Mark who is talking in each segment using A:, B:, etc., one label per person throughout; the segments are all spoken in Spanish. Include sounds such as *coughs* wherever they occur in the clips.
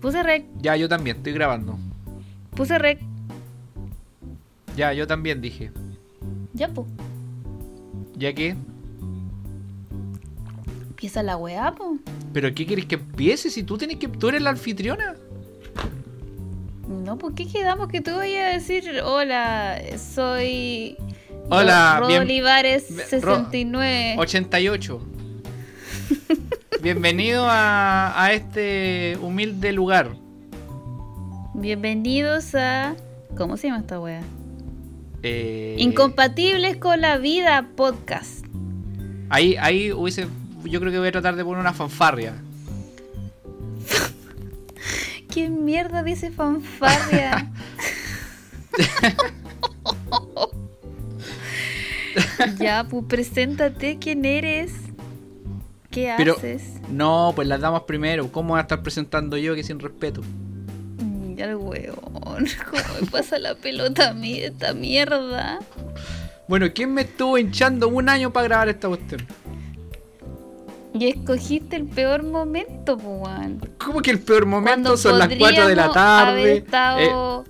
A: Puse rec.
B: Ya, yo también, estoy grabando.
A: Puse rec.
B: Ya, yo también dije.
A: Ya, po.
B: ¿Ya qué?
A: Empieza la weá, po.
B: ¿Pero qué quieres que empiece si tú tienes que... Tú eres la anfitriona.
A: No, ¿por qué quedamos que tú vayas a decir hola, soy...
B: Hola,
A: Ro- Ro
B: bien-
A: Olivares
B: bien- Ro-
A: 69. *laughs*
B: 88. Bienvenido a, a este humilde lugar.
A: Bienvenidos a... ¿Cómo se llama esta weá?
B: Eh,
A: Incompatibles con la vida podcast.
B: ahí, ahí hubiese... Yo creo que voy a tratar de poner una fanfarria.
A: ¿Qué mierda dice
B: *laughs*
A: fanfarria? ya, pues preséntate quién eres. ¿Qué
B: Pero-
A: haces?
B: No, pues las damas primero. ¿Cómo va a estar presentando yo que sin respeto?
A: Mm, Ya el hueón. *laughs* ¿Cómo me pasa la pelota a mí de esta mierda?
B: Bueno, ¿quién me estuvo hinchando un año para grabar esta cuestión?
A: Y escogiste el peor momento, pues, weón.
B: ¿Cómo que el peor momento
A: Cuando
B: son las 4 de la
A: podríamos Haber
B: tarde? Eh,
A: estado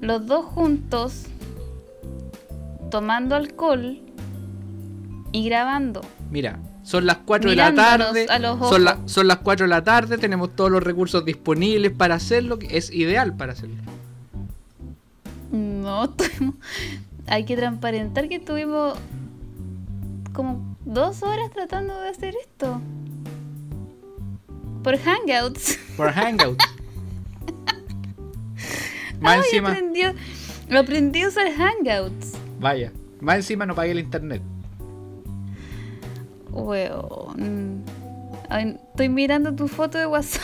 A: los dos juntos tomando alcohol y grabando.
B: Mira, son las 4 de la
A: Mirándonos
B: tarde.
A: a los ojos.
B: Son, la- son las 4 de la tarde, tenemos todos los recursos disponibles para hacerlo, que es ideal para hacerlo.
A: No, *laughs* tuvimos- hay que transparentar que estuvimos como dos horas tratando de hacer esto. Por Hangouts. *laughs*
B: Por Hangouts. más
A: Ay,
B: encima,
A: aprendió- aprendí a usar Hangouts.
B: vaya, más encima no pagué el internet.
A: Weón. Ay, estoy mirando tu foto de
B: *laughs*
A: WhatsApp.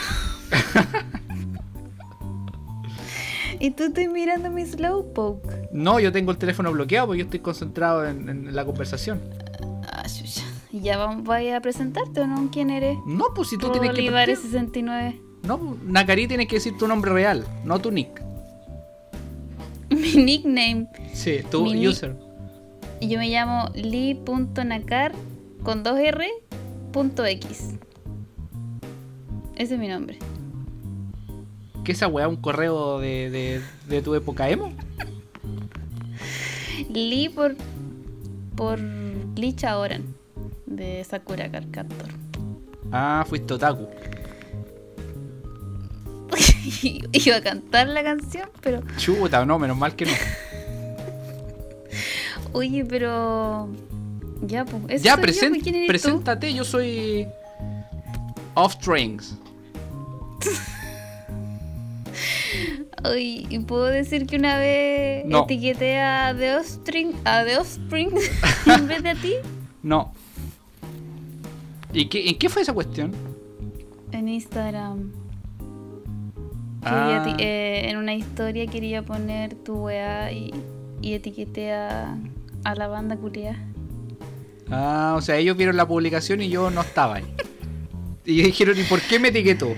A: y tú estoy mirando mi slowpoke.
B: No, yo tengo el teléfono bloqueado porque yo estoy concentrado en, en la conversación.
A: Ah, chucha. ¿Y ¿Ya vam- vaya a presentarte o no? ¿Quién eres?
B: No, pues si tú tienes que.
A: Olivares
B: partir.
A: 69.
B: No, pues, Nakari tienes que decir tu nombre real, no tu nick.
A: *laughs* Mi nickname.
B: Sí, tu
A: Mi nick-
B: user.
A: Yo me llamo Lee.nacar con 2R punto X. Ese es mi nombre.
B: ¿Qué esa weá? ¿Un correo de, de, de tu época emo?
A: Lee por. por Licha Oran de Sakura Carcaptor.
B: Ah, fuiste otaku.
A: *laughs* Iba a cantar la canción, pero.
B: Chuta, no, menos mal
A: *laughs*
B: que no.
A: Oye, pero. Ya, pues. eso
B: ya,
A: soy yo,
B: presen-
A: pues, ¿quién eres
B: preséntate, yo soy. Off Trains.
A: tú? Oye, ¿y puedo decir que una vez
B: No.
A: etiqueté a The Offspring, a The
B: *laughs*
A: Offspring en vez de a ti
B: No. ¿Y qué, en qué fue esa cuestión?
A: en Instagram? Quería
B: Ah,
A: eti- eh, en una historia quería poner tu weá y, y etiqueté a, a la banda culia.
B: ah, o sea, ellos vieron la publicación y yo no estaba ahí. *laughs* Y dijeron, ¿y por qué me etiquetó?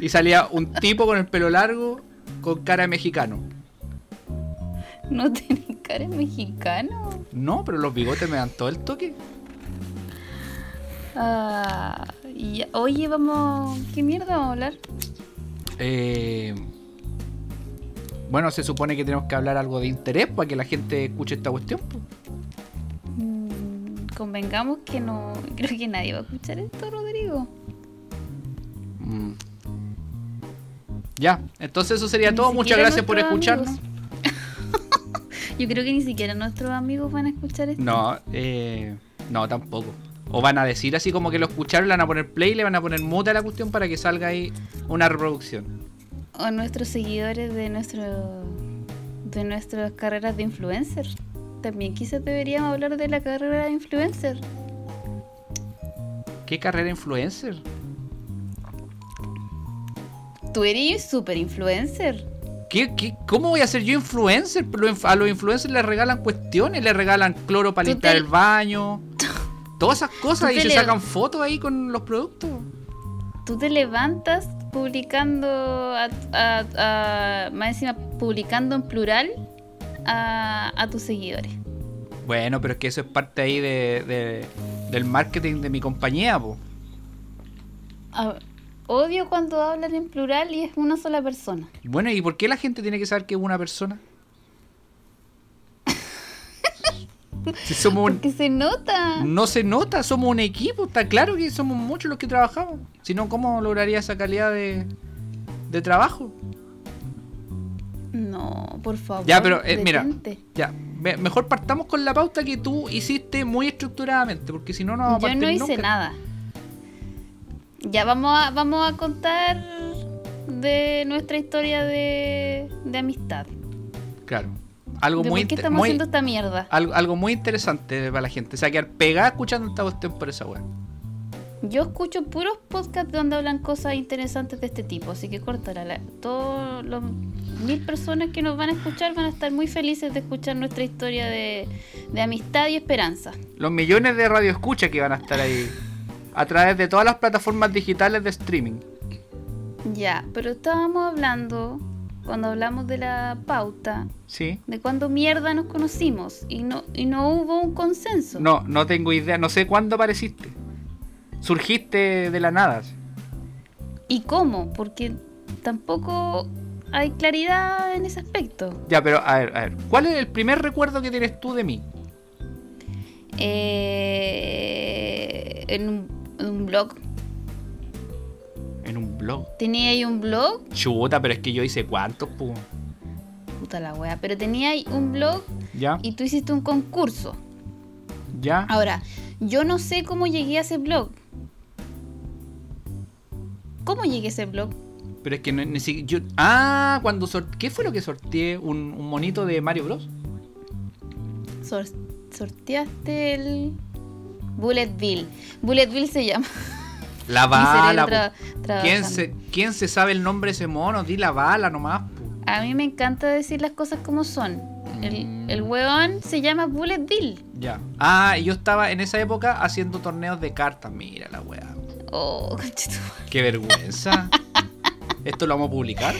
B: Y salía un tipo con el pelo largo, con cara de mexicano.
A: No tenés cara de mexicano.
B: No, pero los bigotes me dan todo el toque.
A: Ah, y- oye, vamos. ¿Qué mierda vamos a hablar?
B: Eh, bueno, se supone que tenemos que hablar algo de interés para que la gente escuche esta cuestión. po.
A: Mm, Convengamos que no. Creo que nadie va a escuchar esto, Rodrigo.
B: Mm. Ya, entonces eso sería
A: Ni
B: todo. Muchas
A: siquiera
B: gracias por
A: nuestros
B: escucharnos.
A: amigos. *laughs* Yo creo que ni siquiera nuestros amigos van a escuchar esto.
B: No, eh, no, tampoco. O van a decir así como que lo escucharon, le van a poner play y le van a poner muta a la cuestión para que salga ahí una reproducción.
A: O nuestros seguidores de nuestro de nuestras carreras de influencer. También quizás deberíamos hablar de la carrera de influencer.
B: ¿Qué carrera influencer?
A: Tú eres super influencer.
B: ¿Qué, qué, cómo voy a ser yo influencer? Lo inf- A los influencers les regalan cuestiones, les regalan cloro para
A: Tú
B: limpiar
A: te-
B: el
A: *laughs*
B: baño, todas esas cosas,
A: Tú
B: y
A: te
B: se
A: le-
B: sacan fotos ahí con los productos.
A: Tú te levantas publicando a- a- a- más encima publicando en plural a, a tus seguidores.
B: Bueno, pero es que eso es parte ahí de, de- del marketing de mi compañía, po.
A: A- Odio cuando hablan en plural y es una sola persona.
B: Bueno, ¿y por qué la gente tiene que saber que es una persona? Si somos un- Mm.
A: Porque se nota.
B: no se nota, somos un equipo, está claro que somos muchos los que trabajamos. Si no, ¿cómo lograría esa calidad de, de trabajo?
A: No, por favor.
B: Ya, pero, eh, mira.
A: detente.
B: Ya, me- mejor partamos con la pauta que tú hiciste muy estructuradamente, porque si no, no vamos a
A: Yo
B: partir
A: no hice
B: nunca.
A: nada. Ya vamos a, vamos a contar de nuestra historia de, de amistad.
B: Claro. Algo
A: ¿De
B: muy,
A: ¿Por qué
B: inte-
A: estamos
B: muy-
A: haciendo esta mierda?
B: algo, algo muy interesante para la gente. O sea, quedar pegada escuchando esta cuestión por esa weá.
A: Yo escucho puros podcasts donde hablan cosas interesantes de este tipo, así que córtala. La- Todos los mil personas que nos van a escuchar van a estar muy felices de escuchar nuestra historia de, de amistad y esperanza.
B: Los millones de radioescuchas que van a estar ahí. A través de todas las plataformas digitales de streaming.
A: Ya, pero estábamos hablando, cuando hablamos de la pauta,
B: ¿Sí?
A: de cuándo mierda nos conocimos y no, y no hubo un consenso.
B: No, no tengo idea. No sé cuándo apareciste. Surgiste de la nada.
A: ¿Y cómo? Porque tampoco hay claridad en ese aspecto.
B: Ya, pero a ver, a ver. ¿Cuál es el primer recuerdo que tienes tú de mí?
A: Eh, en, un, en un blog.
B: En un blog.
A: Tenía ahí un blog,
B: Chuta, pero es que yo hice cuántos, pum.
A: puta la wea, pero tenía ahí un blog
B: ¿Ya?
A: y tú hiciste un concurso.
B: ¿Ya?
A: Ahora, yo no sé cómo llegué a ese blog. ¿Cómo llegué a ese blog?
B: Pero es que no, ni si- yo- Ah, cuando sor- ¿Qué fue lo que sorteé? ¿Un, un monito de Mario Bros?
A: Sor- sorteaste el Bullet Bill. Bullet Bill se llama. *laughs*
B: La
A: Mi
B: bala.
A: cerebro tra-
B: po. ¿Quién
A: trabajando.
B: se, ¿Quién se sabe el nombre de ese mono? Di la bala nomás. po.
A: A mí me encanta decir las cosas como son. El,
B: Mm.
A: el weón se llama Bullet Bill.
B: Ya. Ah, y yo estaba en esa época haciendo torneos de cartas. Mira la weá.
A: Oh, *laughs* conchetum-
B: Qué *laughs* vergüenza. Esto lo vamos a publicar.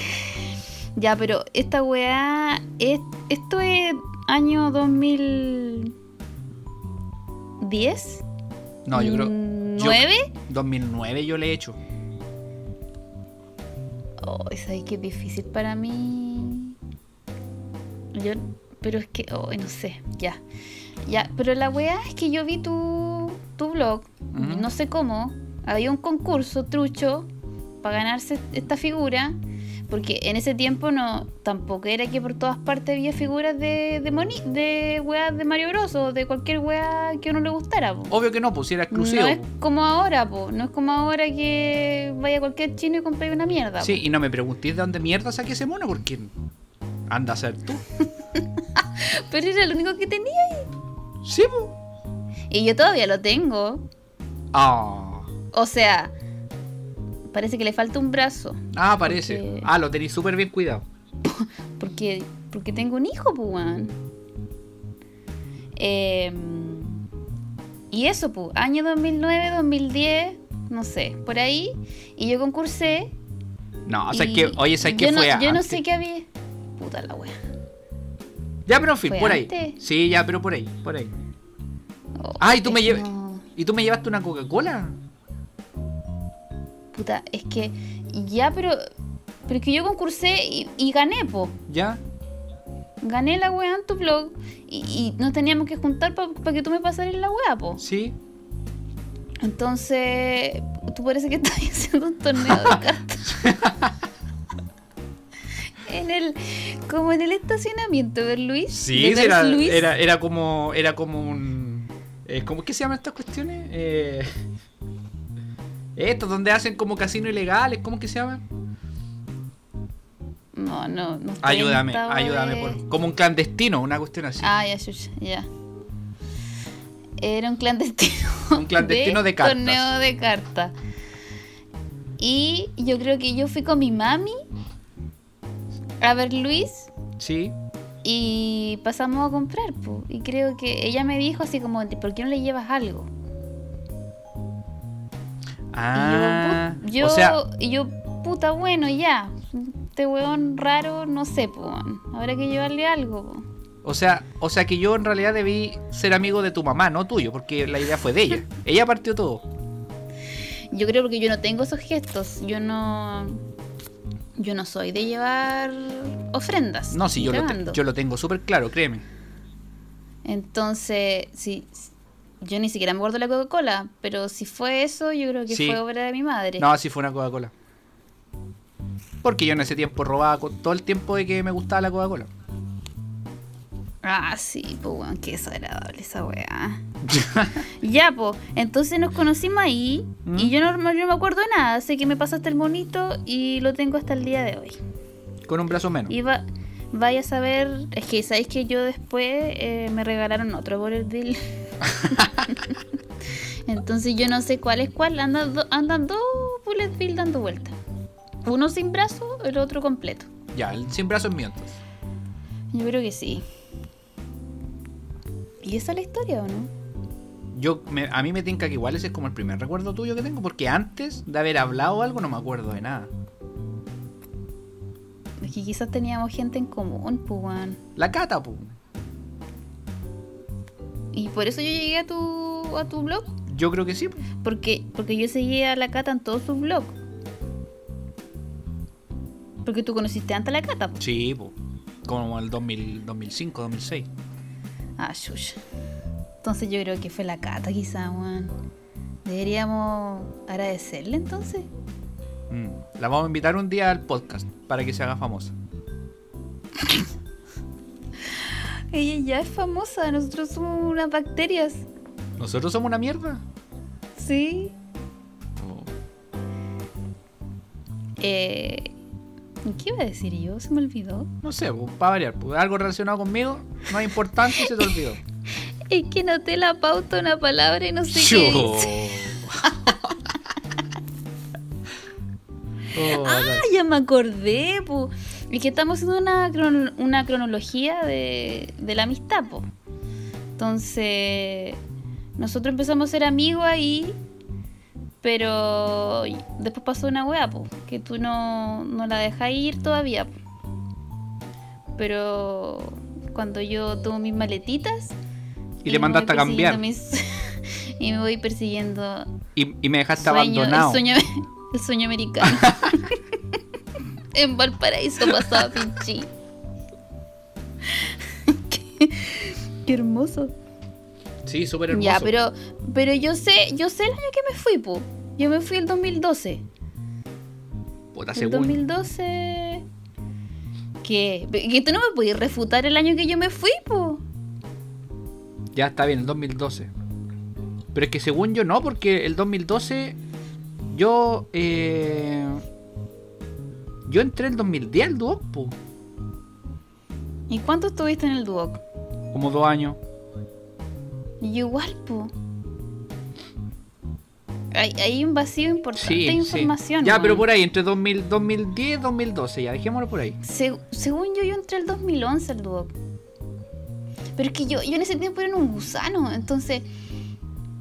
A: Ya, pero esta weá. es- esto es año 2010.
B: No, yo creo. yo-
A: ¿Nueve?
B: 2009 yo le he hecho.
A: Oh, es ahí que es difícil para mí. Yo, pero es que, oh, no sé, ya. Ya, pero la weá es que yo vi tu, tu blog,
B: Ujú.
A: no sé cómo, había un concurso trucho para ganarse esta figura, porque en ese tiempo no tampoco era que por todas partes había figuras de de, moni- de weas de Mario Bros o de cualquier weá que a uno le gustara. po.
B: Obvio que no, pusiera exclusivo.
A: No es
B: po.
A: como ahora, po. no es como ahora que vaya cualquier chino y compre una mierda. po.
B: Sí, y no me preguntéis de dónde mierda saqué ese mono, porque anda a ser tú.
A: Pero era lo único que tenía.
B: Sí, po.
A: Y yo todavía lo tengo.
B: Ah.
A: O sea, parece que le falta un brazo.
B: Ah, parece.
A: Porque-
B: Ah, lo tenéis súper bien cuidado.
A: Porque, porque tengo un hijo, pues, weón. Em, y eso, pues, año 2009, 2010, no sé, por ahí. Y yo concursé.
B: No, Ah, o sea,
A: y
B: es que, oye, ¿sabes
A: yo
B: qué
A: no,
B: fue
A: Yo no
B: antes?
A: sé qué había. Puta la wea.
B: Ya, pero en fin,
A: ¿Fue
B: por ahí.
A: antes?
B: Sí, ya, pero por ahí, por ahí.
A: Oh,
B: Ah, y tú
A: es
B: me
A: que
B: lleves-
A: no.
B: ¿Y tú me llevaste una Coca-Cola?
A: Puta, es que ya, pero. Pero es que yo concursé y, y gané, pues.
B: ¿Ya?
A: gané la weá en tu blog y, y nos teníamos que juntar para que tú me pasaras la weá, po.
B: Sí.
A: Entonces, tú parece que *laughs* estás haciendo un torneo de cartas. *laughs* en el, como en el estacionamiento, ¿ver, Luis?
B: Sí,
A: ¿De ver,
B: era,
A: Luis?
B: era, era como. Era como un. eh, ¿Cómo es que se llaman estas cuestiones? Eh, *laughs* estos donde hacen como casinos ilegales, ¿cómo es que se llaman?
A: No, no, no. estoy
B: Ayúdame,
A: en estado
B: ayúdame,
A: de-
B: por, como un clandestino, una cuestión así.
A: Ah, ya, chucha, ya. Era un clandestino.
B: *laughs* Un clandestino de cartas.
A: *laughs* Torneo de cartas. Y yo creo que yo fui con mi mami a ver Luis
B: Sí.
A: y pasamos a comprar. po. Y creo que ella me dijo así como, ¿por qué no le llevas algo? Y yo,
B: Ah,
A: "Put- yo,
B: o sea,
A: y yo, puta, bueno, ya. Este weón raro, no sé, po, weón. habrá que llevarle algo. po".
B: o sea, o sea que yo en realidad
A: *laughs*
B: debí ser amigo de tu mamá, no tuyo, porque la idea fue de ella. Ella partió todo.
A: Yo creo porque yo no tengo esos gestos. Yo no. Yo no soy de llevar ofrendas.
B: No, sí,
A: ni
B: yo lo, te-
A: cagando.
B: yo lo tengo súper claro, créeme.
A: Entonces, sí. Yo ni siquiera me acuerdo de la Coca-Cola, pero si fue eso, yo creo que
B: Sí.
A: fue obra de mi madre.
B: No, sí fue una Coca-Cola. Porque yo en ese tiempo robaba co- todo el tiempo de que me gustaba la Coca-Cola.
A: Ah, sí, pues weón, qué desagradable esa
B: *laughs*
A: weá. ya, pues, entonces nos conocimos ahí
B: ¿Mm?
A: y yo no, no- yo no me acuerdo de nada, sé que me pasaste el monito y lo tengo hasta el día de hoy.
B: Con un brazo menos.
A: Y va, vaya a saber, es que sabéis que yo después eh, me regalaron otro por el bill. entonces yo no sé cuál es cuál, andan, do- andan dos bullet bill dando vuelta. Uno sin brazo, el otro completo.
B: Ya, el sin brazo es mío entonces.
A: Yo creo que sí. ¿Y esa es la historia o no?
B: Yo, me- a mí me tinca que igual ese es como el primer recuerdo tuyo que tengo, porque antes de haber hablado algo no me acuerdo de nada.
A: Es que quizás teníamos gente en común, pues, weón.
B: La cata, pu.
A: Y por eso yo llegué a tu, a tu blog,
B: Yo creo que sí. pu.
A: porque, porque yo seguía a la Cata en todos sus blogs. Porque tú conociste antes a la Cata, pues.
B: Sí, pu. Como el 2000, 2005, 2006.
A: Ah, shush. Entonces yo creo que fue la Cata, quizás, weón. Deberíamos agradecerle entonces.
B: Mm. La vamos a invitar un día al podcast para que se haga famosa.
A: Ella ya es famosa, nosotros somos unas bacterias.
B: ¿Nosotros somos una mierda?
A: Sí.
B: Oh.
A: Eh, ¿Qué iba a decir yo? Se me olvidó.
B: No sé, pu, para variar. pu. Algo relacionado conmigo, no es importante y se te olvidó.
A: Es que noté la pauta una palabra y no sé qué
B: Yo.
A: dice.
B: *laughs* Oh,
A: Ah, ya me acordé, po. Es que estamos haciendo una, crono- una cronología de, de la amistad, po. Entonces, nosotros empezamos a ser amigos ahí, pero después pasó una wea, po, que tú no, no la dejas ir todavía, po. Pero cuando yo tomo mis maletitas...
B: Y
A: me voy
B: le mandaste a cambiar.
A: persiguiendo mis- *laughs* y me voy persiguiendo
B: Y, y me dejaste
A: sueño-
B: abandonado.
A: El sueño, *laughs* el sueño *laughs* americano. en Valparaíso pasaba Pichi. qué, qué hermoso.
B: Sí, súper hermoso.
A: Ya, pero, pero yo sé, yo sé el año que me fui, po. Yo me fui el 2012. el
B: Puta, Ah, según.
A: 2012. ¿Qué? ¿Que tú no me podías refutar el año que yo me fui, po?
B: Ya está bien, el 2012. Pero es que según yo no, porque el 2012 yo... eh, yo entré el 2010 al Duoc, po,
A: ¿Y cuánto estuviste en el Duoc?
B: como dos años.
A: Y igual, po. Hay, hay un vacío importante de información.
B: Ya,
A: weón.
B: pero por ahí, entre 2000, 2010 2012, ya, dejémoslo por ahí.
A: Se- según yo, yo entré el 2011 al Duoc. Pero es que yo, yo en ese tiempo era un gusano, entonces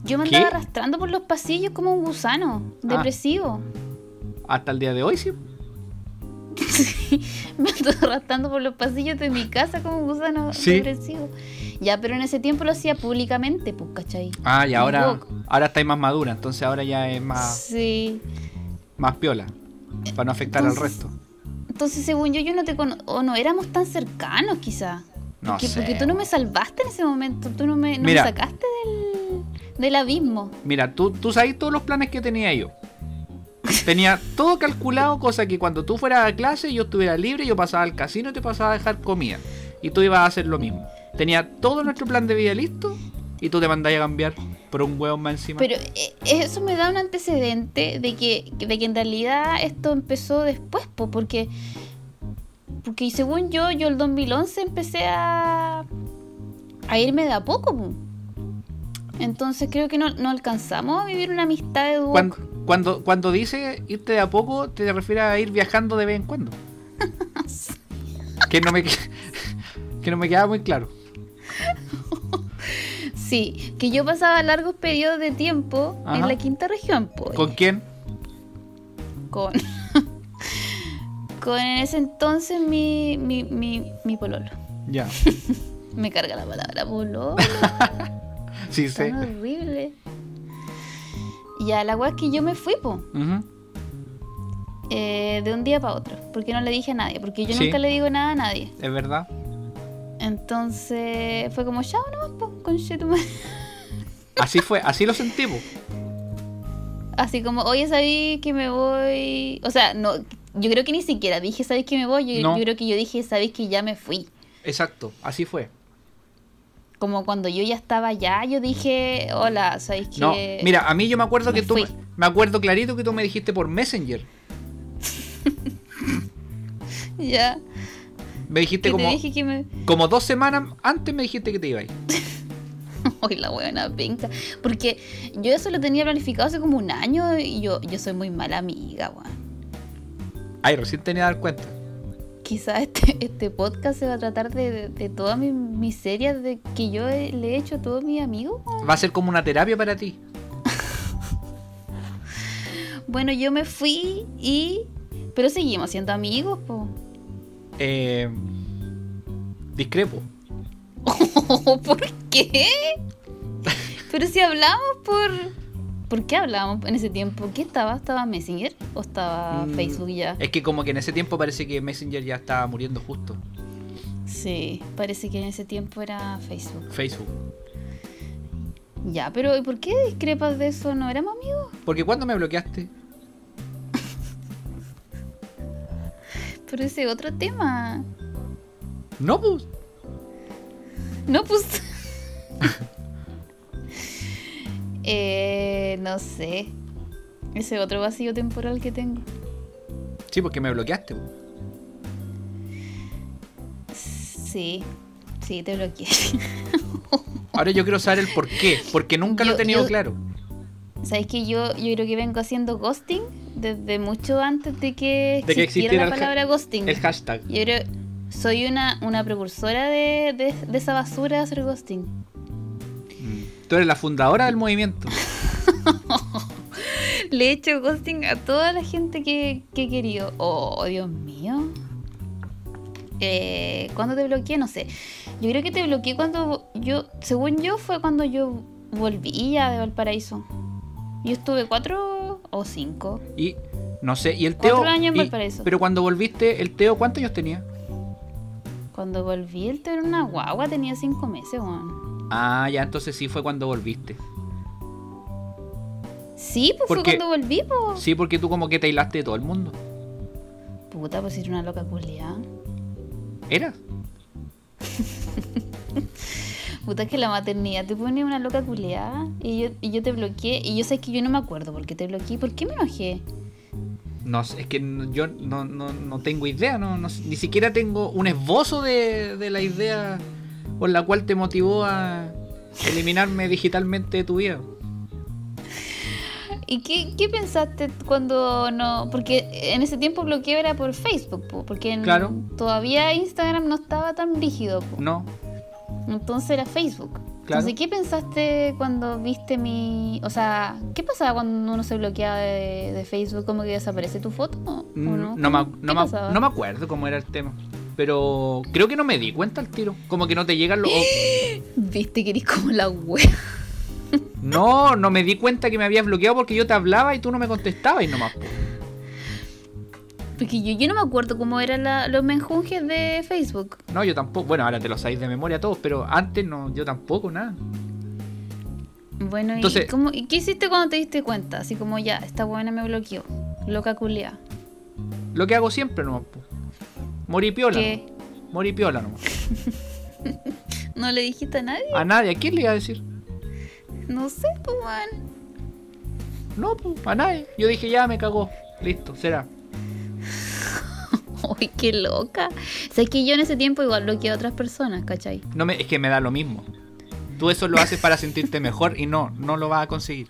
A: yo me
B: ¿Qué?
A: andaba arrastrando por los pasillos como un gusano,
B: Ah.
A: depresivo. *laughs*
B: Hasta el día de hoy, sí.
A: me andaba arrastrando por los pasillos de mi casa como un gusano
B: Sí.
A: depresivo. Ya, pero en ese tiempo lo hacía públicamente, pues, ¿cachai?
B: Ah, y ahora,
A: Duoc.
B: ahora estáis más madura, entonces ahora ya es más,
A: Sí.
B: más piola. Para no afectar al
A: Entonces-
B: resto.
A: Entonces, según yo, yo no te cono o no éramos tan cercanos, quizá.
B: No
A: porque,
B: sé,
A: porque tú no me salvaste en ese momento, tú no me, no me
B: Mira.
A: sacaste del, del abismo.
B: Mira, tú, tú sabes todos los planes que tenía yo. Tenía todo calculado, cosa que cuando tú fueras a clase yo estuviera libre, yo pasaba al casino y te pasaba a dejar comida. Y tú ibas a hacer lo mismo. Tenía todo nuestro plan de vida listo y tú te mandás a cambiar por un hueón más encima.
A: Pero eh, eso me da un antecedente de que, de que en realidad esto empezó después, po, porque, porque según yo, yo el 2011 empecé a, a irme de a poco. po. Entonces creo que no, no alcanzamos a vivir una amistad de dúo.
B: cuando, cuando, cuando dice irte de a poco, te refieres a ir viajando de vez
A: *laughs*
B: en cuando. que, no me, que- que no me quedaba muy claro.
A: Sí, que yo pasaba largos periodos de tiempo
B: Ajá.
A: en la quinta región. po,
B: ¿Con quién?
A: con, *laughs* con en ese entonces mi, mi, mi, mi pololo.
B: Ya.
A: Me carga la palabra pololo.
B: Sí, sé.
A: Tan horrible. Ya, la weá es que yo me fui, po.
B: Ujú.
A: eh, de un día para otro, porque no le dije a nadie, porque yo
B: Sí.
A: nunca le digo nada a nadie.
B: Es verdad.
A: Entonces fue como, chao nomás, po, conchetumare".
B: Así fue, así lo sentimos.
A: *laughs* Así como, oye, sabí que me voy. O sea, no, yo creo que ni siquiera dije, sabéis que me voy. Yo,
B: No.
A: yo creo que yo dije, sabéis que ya me fui.
B: Exacto, así fue.
A: Como cuando yo ya estaba allá, yo dije, hola, sabéis que.
B: No, mira, a mí yo me acuerdo
A: me
B: que tú
A: fui.
B: me acuerdo clarito que tú me dijiste por Messenger.
A: *laughs* Ya.
B: Me dijiste
A: Que te
B: como
A: dije que me.
B: como dos semanas antes me dijiste que te ibas.
A: *laughs* Ay, la buena penca. Porque yo eso lo tenía planificado hace como un año y yo, yo soy muy mala amiga, weón.
B: Ay, recién tenía que dar cuenta.
A: Quizás este, este podcast se va a tratar de, de, de todas mis miserias de que yo he- le he hecho a todos mis amigos. weón.
B: Va a ser como una terapia para ti.
A: Bueno, yo me fui y. Pero seguimos siendo amigos, po. *laughs*
B: Eh, discrepo.
A: ¿Por qué? Pero si hablamos por. ¿Por qué hablamos en ese tiempo? ¿Qué estaba? ¿Estaba Messenger? ¿O estaba
B: Mm,
A: Facebook ya?
B: Es que como que en ese tiempo parece que Messenger ya estaba muriendo justo.
A: Sí, parece que en ese tiempo era Facebook.
B: Facebook.
A: Ya, pero ¿y ¿por qué discrepas de eso? ¿No éramos amigos?
B: Porque cuando me bloqueaste,
A: Pero ese otro tema.
B: no pues.
A: No, pues. *laughs* eh, no sé. Ese otro vacío temporal que tengo.
B: Sí, porque me bloqueaste. po.
A: Sí, sí, te bloqueé. *laughs*
B: Ahora yo quiero saber el por qué, porque nunca lo
A: Yo-
B: he tenido
A: yo-
B: claro.
A: Sabes que yo, yo creo que vengo haciendo ghosting desde mucho antes de que,
B: De que existiera
A: la
B: el ha-
A: palabra ghosting.
B: El hashtag.
A: Yo creo soy una, una precursora de, de- de esa basura de hacer ghosting.
B: Tú eres la fundadora del movimiento.
A: Le he hecho ghosting a toda la gente que, que he querido. Oh, Dios mío. Eh, ¿Cuándo te bloqueé? No sé. Yo creo que te bloqueé cuando yo, según yo, fue cuando yo volví ya de Valparaíso. Yo estuve cuatro o cinco.
B: Y no sé, y el Teo.
A: Cuatro años en
B: y-
A: Valparaíso.
B: Pero cuando volviste, el Teo, ¿cuántos años tenía?
A: Cuando volví, él era una guagua, tenía cinco meses, weón.
B: Ah, ya, entonces sí fue cuando volviste.
A: Sí, pues
B: ¿Por
A: fue
B: qué?
A: cuando volví, pues.
B: Sí, porque tú como que te aislaste de todo el mundo.
A: Puta, pues era una loca culiada.
B: ¿Era?
A: Puta, es que la maternidad te pone una loca culiada. Y yo, y yo te bloqueé. Y yo sé que yo no me acuerdo por qué te bloqueé. ¿Por qué me enojé?
B: No sé, es que no- yo no, no, no tengo idea, no, no sé, ni siquiera tengo un esbozo de, de la idea por la cual te motivó a eliminarme digitalmente de tu vida.
A: ¿Y qué, qué pensaste cuando no...? Porque en ese tiempo bloqueo era por Facebook, po, porque en-
B: Claro.
A: todavía Instagram no estaba tan rígido. po.
B: No,
A: Entonces era Facebook.
B: Claro.
A: Entonces, ¿qué pensaste cuando viste mi...? O sea, ¿qué pasaba cuando uno se bloqueaba de, de Facebook? ¿Como que desaparece tu foto? ¿O
B: Mm, no,
A: no?
B: me,
A: ¿Qué
B: no, me-
A: pasaba?
B: no me acuerdo cómo era el tema. Pero creo que no me di cuenta al tiro. Como que no te llegan los...
A: Viste que eres como la wea. *laughs*
B: No, no me di cuenta que me habías bloqueado porque yo te hablaba y tú no me contestabas y nomás. po.
A: Porque yo, yo no me acuerdo cómo eran la- los menjunjes de Facebook.
B: No, yo tampoco. Bueno, ahora te lo sabéis de memoria todos, pero antes no, yo tampoco, nada.
A: Bueno, ¿y,
B: Entonces-
A: cómo- y qué hiciste cuando te diste cuenta? Así como ya, esta buena me bloqueó. Loca culia.
B: Lo que hago siempre nomás. po. Moripiola.
A: ¿Qué?
B: Moripiola nomás.
A: ¿No le dijiste a nadie?
B: A nadie, ¿a quién le iba a decir?
A: No sé, pues, weón. *laughs*
B: No, po, a nadie. Yo dije, ya me cagó. Listo, será.
A: Uy, qué loca. O sea, es que yo en ese tiempo igual bloqueé a otras personas, ¿cachai?
B: No me, es que me da lo mismo. Tú eso lo haces para sentirte mejor y no, no lo vas a conseguir.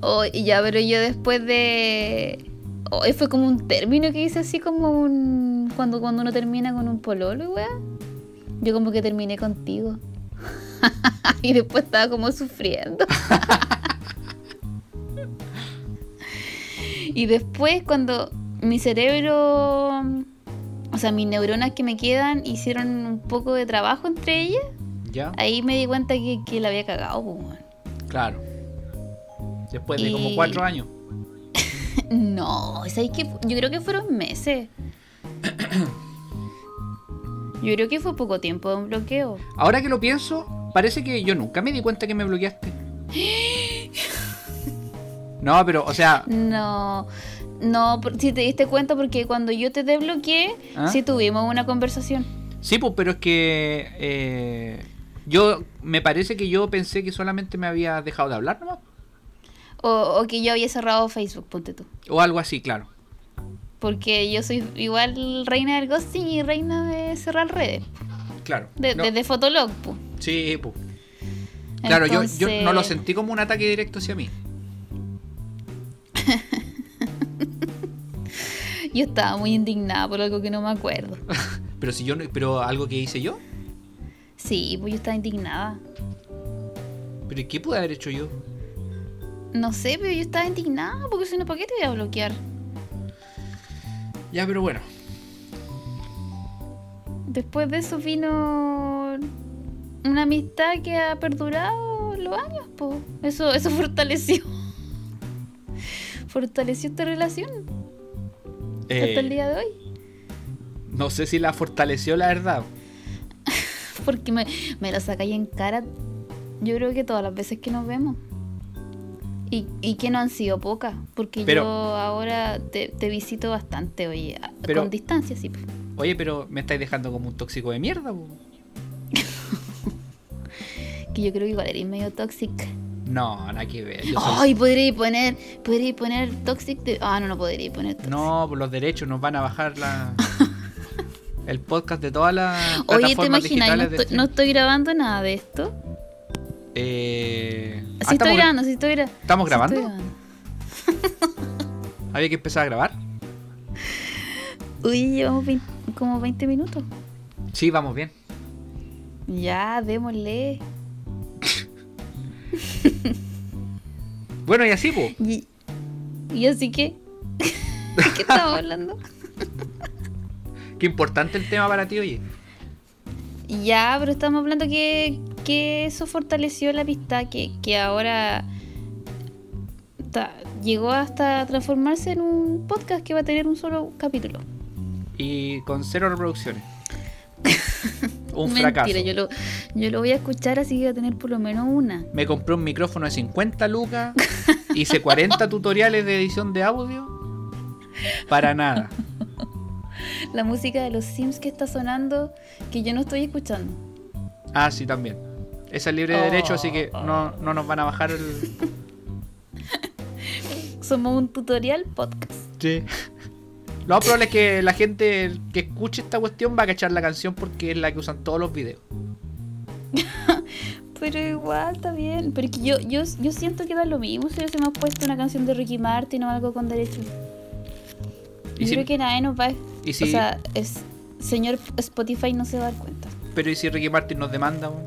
A: Oh, y ya, pero yo después de... Oh, fue como un término que hice así como un... Cuando, cuando uno termina con un pololo, weón. Yo como que terminé contigo. *laughs* y después estaba como sufriendo. *laughs* y después cuando mi cerebro... O sea, mis neuronas que me quedan hicieron un poco de trabajo entre ellas.
B: ¿Ya?
A: Ahí me di cuenta que, que la había cagado, pues, weón.
B: Claro. Después de como
A: Y-
B: cuatro años.
A: No, ¿sabes qué? Yo creo que fueron
B: *coughs*
A: meses. Yo creo que fue poco tiempo de un bloqueo.
B: Ahora que lo pienso, parece que yo nunca me di cuenta que me *gasps* bloqueaste. No, pero, o sea,
A: No, no, por- si te diste cuenta porque cuando yo te desbloqueé,
B: ¿Ah?
A: sí tuvimos una conversación.
B: sí, pues, pero es que eh, yo, me parece que yo pensé que solamente me había dejado de hablar nomás.
A: O, o que yo había cerrado Facebook, ponte tú.
B: O algo así, claro.
A: Porque yo soy igual reina del ghosting y reina de cerrar redes.
B: Claro.
A: De-
B: No,
A: Desde Fotolog, po.
B: Sí, pues. Claro, yo- yo, no lo
A: Entonces-
B: sentí como un ataque directo hacia mí.
A: Yo estaba muy indignada por algo que no me acuerdo.
B: Pero si yo no- pero algo que hice yo,
A: Sí, pues yo estaba indignada.
B: pero ¿qué pude haber hecho yo?
A: No sé, pero yo estaba indignada porque si no, ¿para qué te voy a bloquear?
B: Ya, pero bueno.
A: Después de eso vino una amistad que ha perdurado los años, po. Eso, eso *laughs* fortaleció. Fortaleció esta relación hasta el
B: Eh,
A: día de hoy.
B: no sé si la fortaleció la verdad.
A: Porque me, me la sacáis en cara. Yo creo que todas las veces que nos vemos. Y, y que no han sido pocas. Porque
B: Pero-
A: yo ahora te, te visito bastante, oye. a-
B: Pero-
A: con distancia, sí. po.
B: Oye, pero me estáis dejando como un tóxico de mierda. po.
A: Que yo creo que igual eres medio tóxica.
B: No, nada que ver. yo soy-
A: Ay, podría poner, podría poner Toxic. de- Ah, no, no podría poner Toxic.
B: No, por los derechos nos van a
A: *laughs*
B: bajar la... el podcast de todas
A: Oye,
B: las
A: ¿te imaginas? No,
B: plataformas digitales. de este-
A: estoy- no
B: streaming.
A: estoy grabando nada de esto.
B: Eh, ah,
A: Sí estoy
B: estamos, gra-
A: grabando, sí estoy gra- sí estoy grabando.
B: ¿Estamos grabando? Había que empezar a grabar.
A: Uy, llevamos vein- como 20 minutos.
B: Sí, vamos bien.
A: Ya, démosle.
B: Bueno, y así, pues.
A: Y, y así que... *laughs* ¿De qué
B: *laughs*
A: estamos hablando?
B: Qué importante el tema para ti, oye.
A: Ya, pero estamos hablando que, que eso fortaleció la amistad, que, que ahora ta- llegó hasta transformarse en un podcast que va a tener un solo capítulo.
B: Y con
A: *laughs*
B: cero reproducciones. Un
A: Mentira,
B: fracaso.
A: Yo, lo, yo lo voy a escuchar así que voy a tener por lo menos una.
B: Me compré un micrófono de 50 lucas. Hice
A: *laughs*
B: 40 tutoriales de edición de audio. Para nada.
A: La música de los Sims que está sonando, que yo no estoy escuchando.
B: Ah, sí, también. Esa es libre de
A: Oh.
B: derecho, así que no, no nos van a bajar el.
A: Somos un tutorial podcast.
B: Sí. *laughs* Lo más probable es que la gente que escuche esta cuestión va a cachar la canción porque es la que usan todos los videos.
A: Pero igual está bien. Porque yo, yo, yo siento que da lo mismo si hubiésemos puesto una canción de Ricky Martin o algo con derecho.
B: Y
A: Yo
B: si-
A: creo que nadie nos va a...
B: y si-
A: O sea, es, señor Spotify no se va a dar cuenta.
B: Pero ¿y si Ricky Martin nos demanda? weón?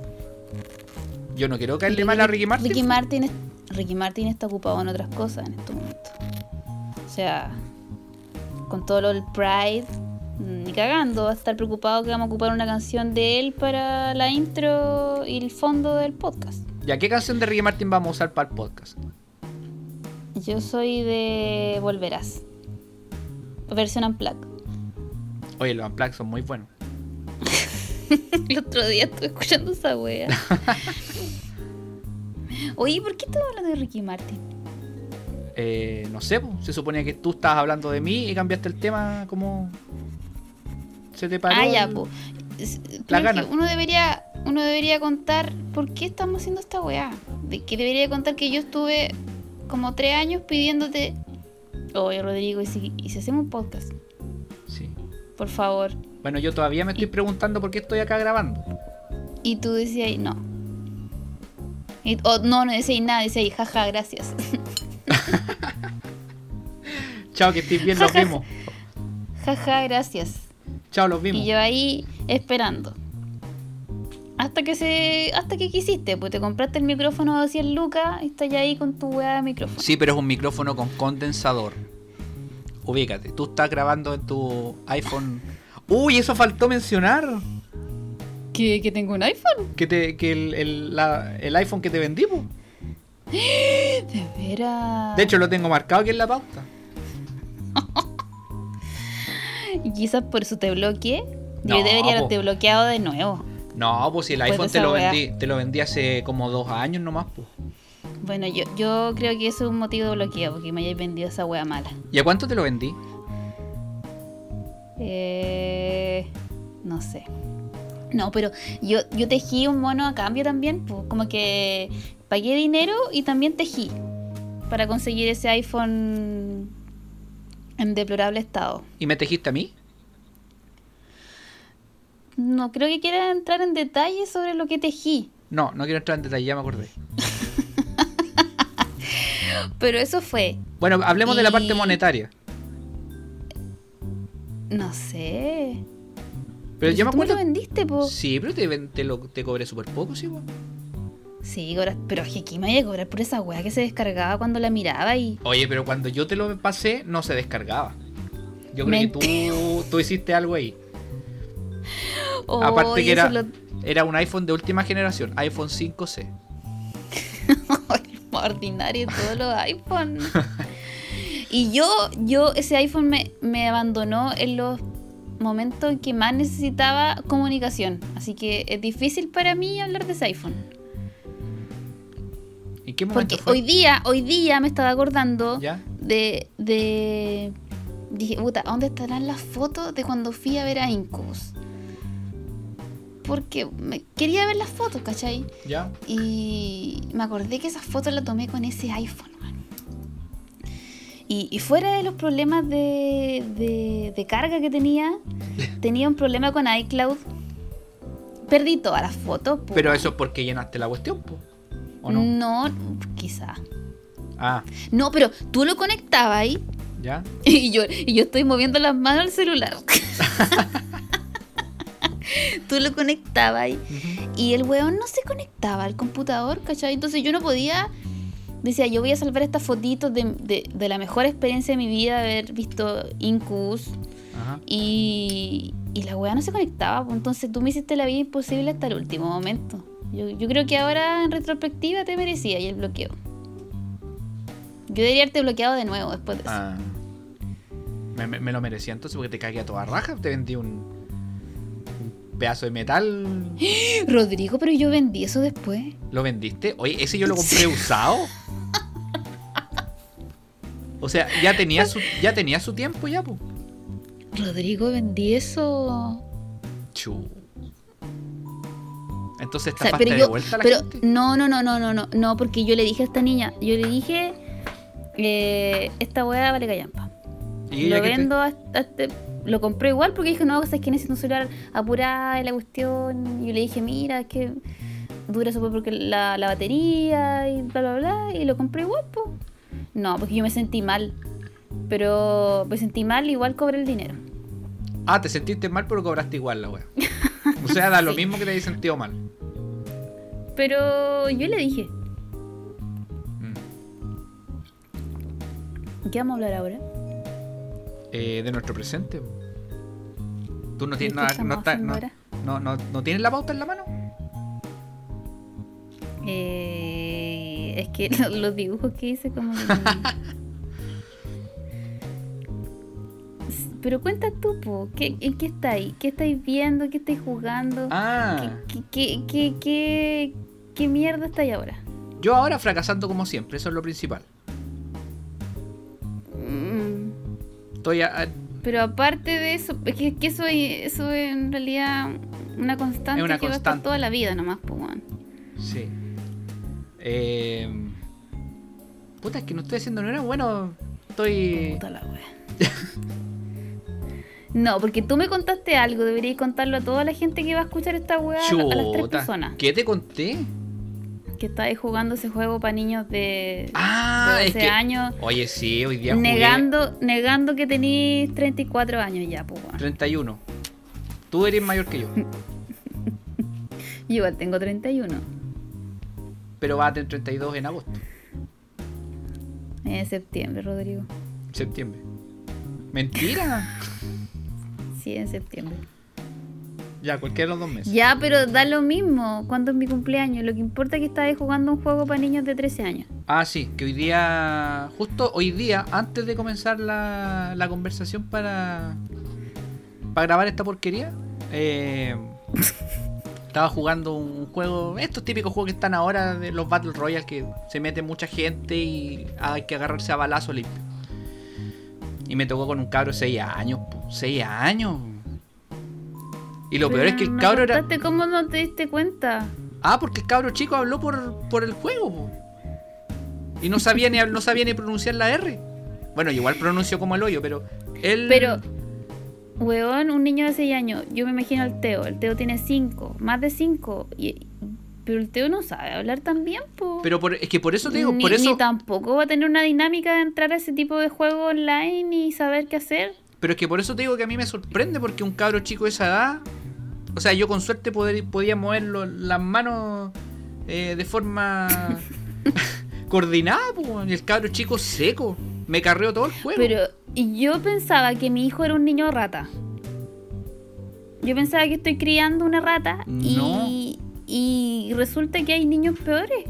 B: Yo no quiero caerle
A: Yo
B: mal
A: creo
B: a
A: que
B: Ricky Martin.
A: Ricky Martin, es- Ricky Martin está ocupado en otras cosas en estos momentos. O sea, con todo lo del Pride, ni cagando, va a estar preocupado que vamos a ocupar una canción de él para la intro y el fondo del podcast.
B: ¿Ya qué canción de Ricky Martin vamos a usar para el podcast?
A: Yo soy de Volverás. Versión Unplugged. *laughs*
B: Oye, los Unplugged son muy buenos.
A: El otro día estuve escuchando esa wea. Oye, ¿por qué estamos hablando de Ricky Martin?
B: Eh, no sé, po, se suponía que tú estabas hablando de mí y cambiaste el tema como... Se te paró.
A: Ah, ya,
B: el-
A: po. Es-
B: La
A: creo
B: gana.
A: que uno debería, uno debería contar por qué estamos haciendo esta weá. De que debería contar que yo estuve como tres años pidiéndote. Oye, Rodrigo, ¿y si, y si hacemos un podcast?
B: Sí.
A: Por favor.
B: Bueno, yo todavía me estoy preguntando por qué estoy acá grabando.
A: Y tú decías, no. Y- o no, no decías nada, decías, jaja, gracias. *laughs*
B: Chao, que estés bien,
A: *laughs*
B: los vimos.
A: jaja, gracias.
B: Chao, los vimos.
A: Y yo ahí esperando. Hasta que se. hasta que quisiste, pues te compraste el micrófono a 100 lucas y estás ya ahí con tu weá de micrófono.
B: Sí, pero es un micrófono con condensador. Ubícate, tú estás grabando en tu iPhone. Uy, eso faltó mencionar.
A: ¿Que, que tengo un iPhone?
B: Que, te, que el, el- la- el iPhone que te vendimos.
A: De veras.
B: De hecho, lo tengo marcado aquí en la pauta.
A: Y quizás por eso te bloqueé.
B: No,
A: Yo debería
B: po.
A: haberte bloqueado de nuevo.
B: No, pues si el
A: Después de
B: iPhone te
A: esa
B: lo,
A: weá.
B: vendí, te lo vendí hace como dos años nomás, pues.
A: Bueno, yo, yo creo que eso es un motivo de bloqueo, porque me hayáis vendido esa wea mala.
B: ¿Y a cuánto te lo vendí?
A: Eh, no sé. No, pero yo, yo tejí un mono a cambio también, pues, como que pagué dinero y también tejí para conseguir ese iPhone en deplorable estado.
B: ¿Y me tejiste a mí?
A: No creo que quiera entrar en detalle sobre lo que tejí,
B: No, no quiero entrar en detalle, ya me acordé.
A: pero eso fue,
B: Bueno, hablemos de la
A: Y-
B: parte monetaria.
A: no sé.
B: Pero yo me
A: tú lo
B: acuerdo.
A: vendiste, pues.
B: Sí, pero te, ven- te, lo, te cobré súper poco, sí, weón.
A: Sí, cobras- pero es que aquí me voy a cobrar por esa wea que se descargaba cuando la miraba y...
B: Oye, pero cuando yo te lo pasé, no se descargaba. Yo creo que tú, tú hiciste algo ahí. *gasps* Aparte
A: Oye,
B: que era,
A: eso lo-
B: era un iPhone de última generación, iPhone 5C.
A: más *laughs* ordinario de todos
B: *laughs*
A: los iPhone. Y yo, yo, ese iPhone me, me abandonó en los momentos en que más necesitaba comunicación. Así que es difícil para mí hablar de ese iPhone.
B: ¿En qué momento
A: Porque
B: fue?
A: hoy día, hoy día me estaba acordando
B: ¿Ya?
A: de, de. Dije, puta, ¿dónde estarán las fotos de cuando fui a ver a Incubus? Porque me- quería ver las fotos, ¿cachai?
B: ¿Ya?
A: Y me acordé que esa foto la tomé con ese iPhone, weón. Y, y fuera de los problemas de, de- de carga que
B: *laughs*
A: tenía, tenía un problema con iCloud. Perdí todas las fotos. po.
B: Pero eso es porque llenaste la cuestión, po. ¿o no?
A: no? quizá.
B: Ah,
A: No, pero tú lo conectabas ahí
B: ¿ya?
A: y yo, y yo estoy moviendo las manos al celular. tú lo conectabas ahí
B: Ujú.
A: Y el weón no se conectaba al computador, ¿cachai? Entonces yo no podía. Decía, yo voy a salvar estas fotitos de, de- de la mejor experiencia de mi vida, haber visto Incus.
B: Ajá.
A: Y, y la weá no se conectaba. pues, Entonces tú me hiciste la vida imposible hasta el último momento. Yo, yo creo que ahora en retrospectiva te merecía y el bloqueo. Yo debería haberte bloqueado de nuevo después de eso.
B: Ah. Me, me- me lo merecía entonces porque te cagué a toda raja. Te vendí un, un pedazo de metal.
A: Rodrigo, pero yo vendí eso después.
B: ¿Lo vendiste? Oye, ese yo lo compré usado. O sea, ya tenía su, ya tenía su tiempo ya, po.
A: Rodrigo, vendí eso.
B: Chu. Entonces
A: O sea,
B: estafaste
A: pero
B: de
A: yo-
B: vuelta a la
A: pero
B: gente.
A: no, no, no, no, no, no, no, porque yo le dije a esta niña, yo le dije, eh, esta weá vale callampa.
B: Y ella
A: Lo
B: que te-
A: vendo hasta, hasta- este, lo compré igual porque dije, no, sabes que necesito un celular apurada y la cuestión. Yo le dije, mira, es que dura súper porque la, la batería y bla, bla, bla, y lo compré igual, pues. No, porque yo me sentí mal. Pero me sentí mal, igual cobré el dinero.
B: Ah, te sentiste mal, pero cobraste igual la wea. O sea, da lo
A: Sí.
B: mismo que te hayas sentido mal.
A: Pero yo le dije,
B: Mm.
A: ¿qué vamos a hablar ahora?
B: Eh, de nuestro presente. po. Tú no
A: ¿De
B: tienes,
A: qué
B: no,
A: estamos
B: no, está-
A: hablando
B: no-
A: ahora?
B: no- no- no tienes la pauta en la mano.
A: Eh, es que *laughs* lo- los dibujos que hice como que...
B: *laughs*
A: no- S- Pero cuenta tú, po, ¿qué, ¿en qué estáis? ¿Qué estáis viendo? ¿Qué estáis jugando?
B: Ah,
A: ¿Qué, qué, qué, qué, qué mierda estáis ahora?
B: yo ahora fracasando como siempre, eso es lo principal.
A: Mm,
B: Estoy a- a-
A: Pero aparte de eso, es que, que eso, es- eso es en realidad una constante
B: Es una
A: que va a estar
B: constante.
A: toda la vida nomás, po, weón.
B: Sí. Eh, puta, es que no estoy haciendo nada bueno. Estoy.
A: Puta la wea. *laughs* No, porque tú me contaste algo, deberías contarlo a toda la gente que va a escuchar esta weá, a la- a las tres
B: Chuta,
A: personas.
B: ¿Qué te conté?
A: Que estáis jugando ese juego para niños de, de
B: Ah, es
A: 12
B: que.
A: años,
B: Oye, sí, hoy día jugué
A: negando, negando que tenéis 34 años ya, pues weón.
B: 31. Tú eres mayor que yo,
A: Mm. Yo igual tengo 31.
B: pero vas a tener 32 en agosto,
A: En septiembre, Rodrigo.
B: septiembre. Mentira.
A: Sí, en septiembre.
B: Ya, cualquiera de los dos meses.
A: Ya, pero da lo mismo cuando es mi cumpleaños. Lo que importa es que estabais jugando un juego para niños de 13 años.
B: Ah, sí, que hoy día, justo hoy día, antes de comenzar la, la conversación para, para grabar esta porquería, eh, estaba jugando un juego, estos típicos juegos que están ahora de los Battle Royale, que se mete mucha gente y hay que agarrarse a balazo limpio. Y me tocó con un cabro de 6 años, 6 años. Y lo peor es que el cabro era...
A: contaste ¿Cómo no te diste cuenta?
B: Ah, porque el cabro chico habló por, por el juego. po. Y no sabía, ni, no sabía ni pronunciar la R. Bueno, igual pronunció como el hoyo, pero él...
A: Pero,
B: Mm.
A: weón, un niño de 6 años, yo me imagino al Teo. El Teo tiene 5, más de 5. Pero el Teo no sabe hablar tan bien, po.
B: Pero por- es que por eso te digo,
A: ni,
B: por eso...
A: ni tampoco va a tener una dinámica de entrar a ese tipo de juego online y saber qué hacer.
B: Pero es que por eso te digo que a mí me sorprende porque un cabro chico de esa edad, o sea, yo con suerte poder- podía mover lo- las manos eh,
A: *laughs*
B: de forma coordinada, po, weón, y el cabro chico seco. Me carreó todo el juego.
A: Pero yo pensaba que mi hijo era un niño rata. Yo pensaba que estoy criando una rata y, y resulta que hay niños peores.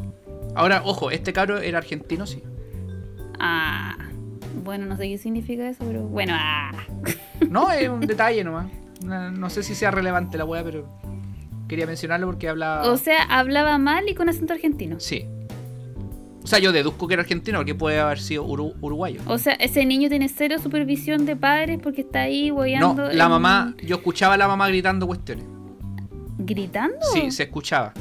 B: Ahora, ojo, este cabro era argentino, sí.
A: Ah, bueno, no sé qué significa eso, pero bueno, ah.
B: No, es un detalle nomás. No, no sé si sea relevante la weá, pero quería mencionarlo porque hablaba.
A: O sea, hablaba mal y con acento argentino.
B: Sí. O sea, yo deduzco que era argentino porque puede haber sido uru- uruguayo.
A: O sea, ese niño tiene cero supervisión de padres porque está ahí
B: No,
A: guayando.
B: la
A: en-
B: mamá, yo escuchaba a la mamá gritando cuestiones.
A: ¿Gritando?
B: Sí, se escuchaba.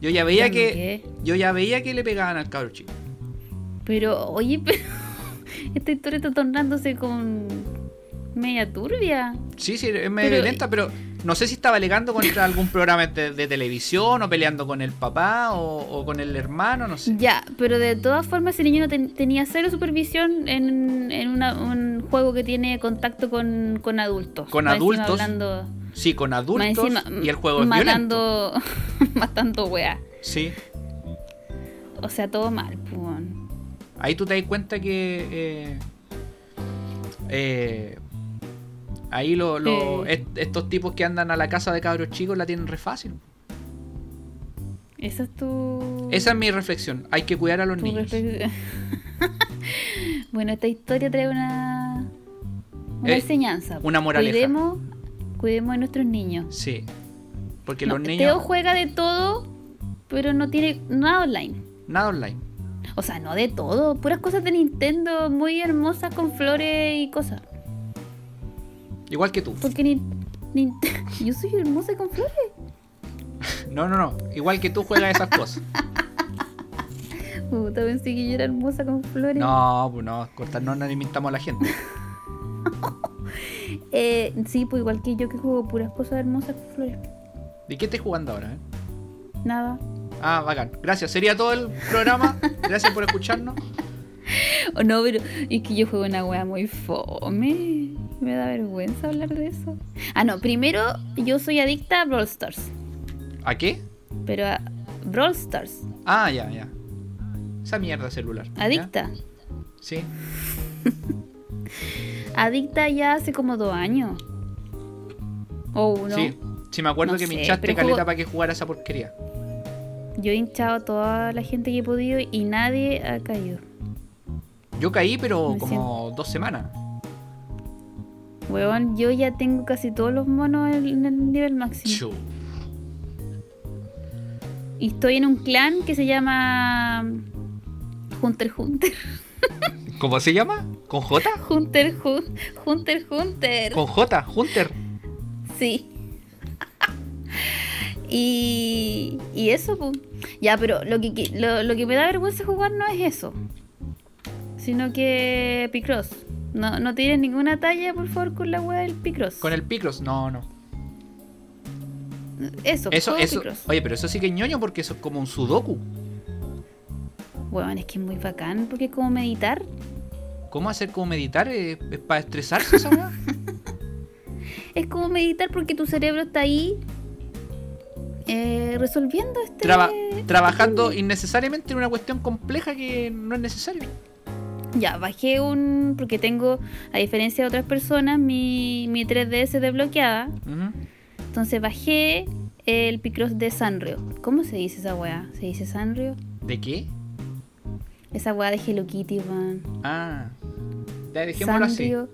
B: Yo ya veía
A: ¿Pero
B: que
A: qué?
B: yo ya veía que le pegaban al cabro chico.
A: Pero, oye, pero. *laughs* Esta historia está tornándose con. media turbia.
B: Sí, sí, es medio
A: Pero-
B: violenta, pero no sé si estaba alegando contra algún programa de, de televisión o peleando con el papá o, o con el hermano, no sé.
A: Ya, pero de todas formas, ese niño no ten- tenía cero supervisión en, en una- un juego que tiene contacto con, con adultos.
B: Con
A: Más encima
B: adultos,
A: hablando-
B: Sí, con
A: más
B: adultos
A: encima,
B: y el juego es violento.
A: matando, *laughs* matando weá.
B: Sí.
A: O sea, todo mal, pues, pum.
B: Ahí tú te das cuenta que eh, eh, ahí lo- lo-
A: Eh.
B: est- estos tipos que andan a la casa de cabros chicos la tienen re fácil.
A: Esa es tu.
B: Esa es mi reflexión. Hay que cuidar a los
A: tu
B: niños.
A: reflex- *laughs* bueno, esta historia trae una. Una
B: Eh,
A: enseñanza. pues.
B: una moraleja.
A: Cuidemos, cuidemos a nuestros niños.
B: Sí. Porque
A: No,
B: los
A: Teo
B: niños
A: juega de todo, pero no tiene nada online.
B: nada online.
A: O sea, no de todo, puras cosas de Nintendo muy hermosas con flores y cosas.
B: Igual que tú.
A: Porque ni, ni- *laughs* yo soy hermosa con flores.
B: No, no, no. Igual que tú juegas esas
A: *laughs*
B: cosas.
A: Puta, pensé que yo era hermosa con flores.
B: No, pues no, cortar, no nos alimentamos a la gente.
A: Eh, sí, pues igual que yo que juego puras cosas hermosas con flores.
B: ¿De qué estás jugando ahora? eh?
A: Nada.
B: Ah, bacán. Gracias. Sería todo el programa. Gracias por escucharnos.
A: Oh, *laughs* no, pero es que yo juego una wea muy fome. Me da vergüenza hablar de eso. Ah, no, primero yo soy adicta a Brawl Stars.
B: ¿A qué?
A: Pero a Brawl Stars,
B: Ah, ya, ya. Esa mierda celular. ¿ya?
A: adicta.
B: Sí.
A: Adicta ya hace como dos años. O uno.
B: Sí. Sí, me acuerdo
A: No
B: que
A: sé,
B: me hinchaste
A: pero
B: caleta
A: jugo-
B: para que jugara esa porquería.
A: Yo he hinchado a toda la gente que he podido y nadie ha caído.
B: Yo caí, pero
A: Me
B: como dos semanas.
A: Weón, yo ya tengo casi todos los monos en en el nivel máximo.
B: Chu.
A: Y estoy en un clan que se llama Hunter Hunter. *laughs*
B: ¿Cómo se llama? ¿Con J?
A: Hunter Hun- Hunter Hunter.
B: Con J, Hunter.
A: Sí. y, y eso, po. ya, pero lo que, que- lo, lo que me da vergüenza jugar no es eso, sino que Picross. No, no tienes ninguna talla, por favor, con la wea del Picross.
B: Con el Picross. No, no.
A: Eso,
B: Eso,
A: juego
B: eso.
A: Picross.
B: Oye, pero eso sí que es ñoño porque eso es como un sudoku.
A: Weón, es que es muy bacán porque es como meditar.
B: ¿Cómo hacer como meditar? Eh, ¿Es, para estresarse
A: *laughs*
B: esa weá?
A: Es como meditar porque tu cerebro está ahí eh, resolviendo este.
B: Traba- trabajando
A: este-
B: innecesariamente en una cuestión compleja que no es necesario.
A: Ya, bajé un. Porque tengo, a diferencia de otras personas, mi, mi 3DS desbloqueada.
B: Ujú.
A: Entonces bajé el Picross de Sanrio. ¿Cómo se dice esa weá? ¿Se dice Sanrio?
B: ¿De qué?
A: Esa weá de Hello Kitty, weón.
B: Ah. Ya, dejémoslo así.
A: Sanrio.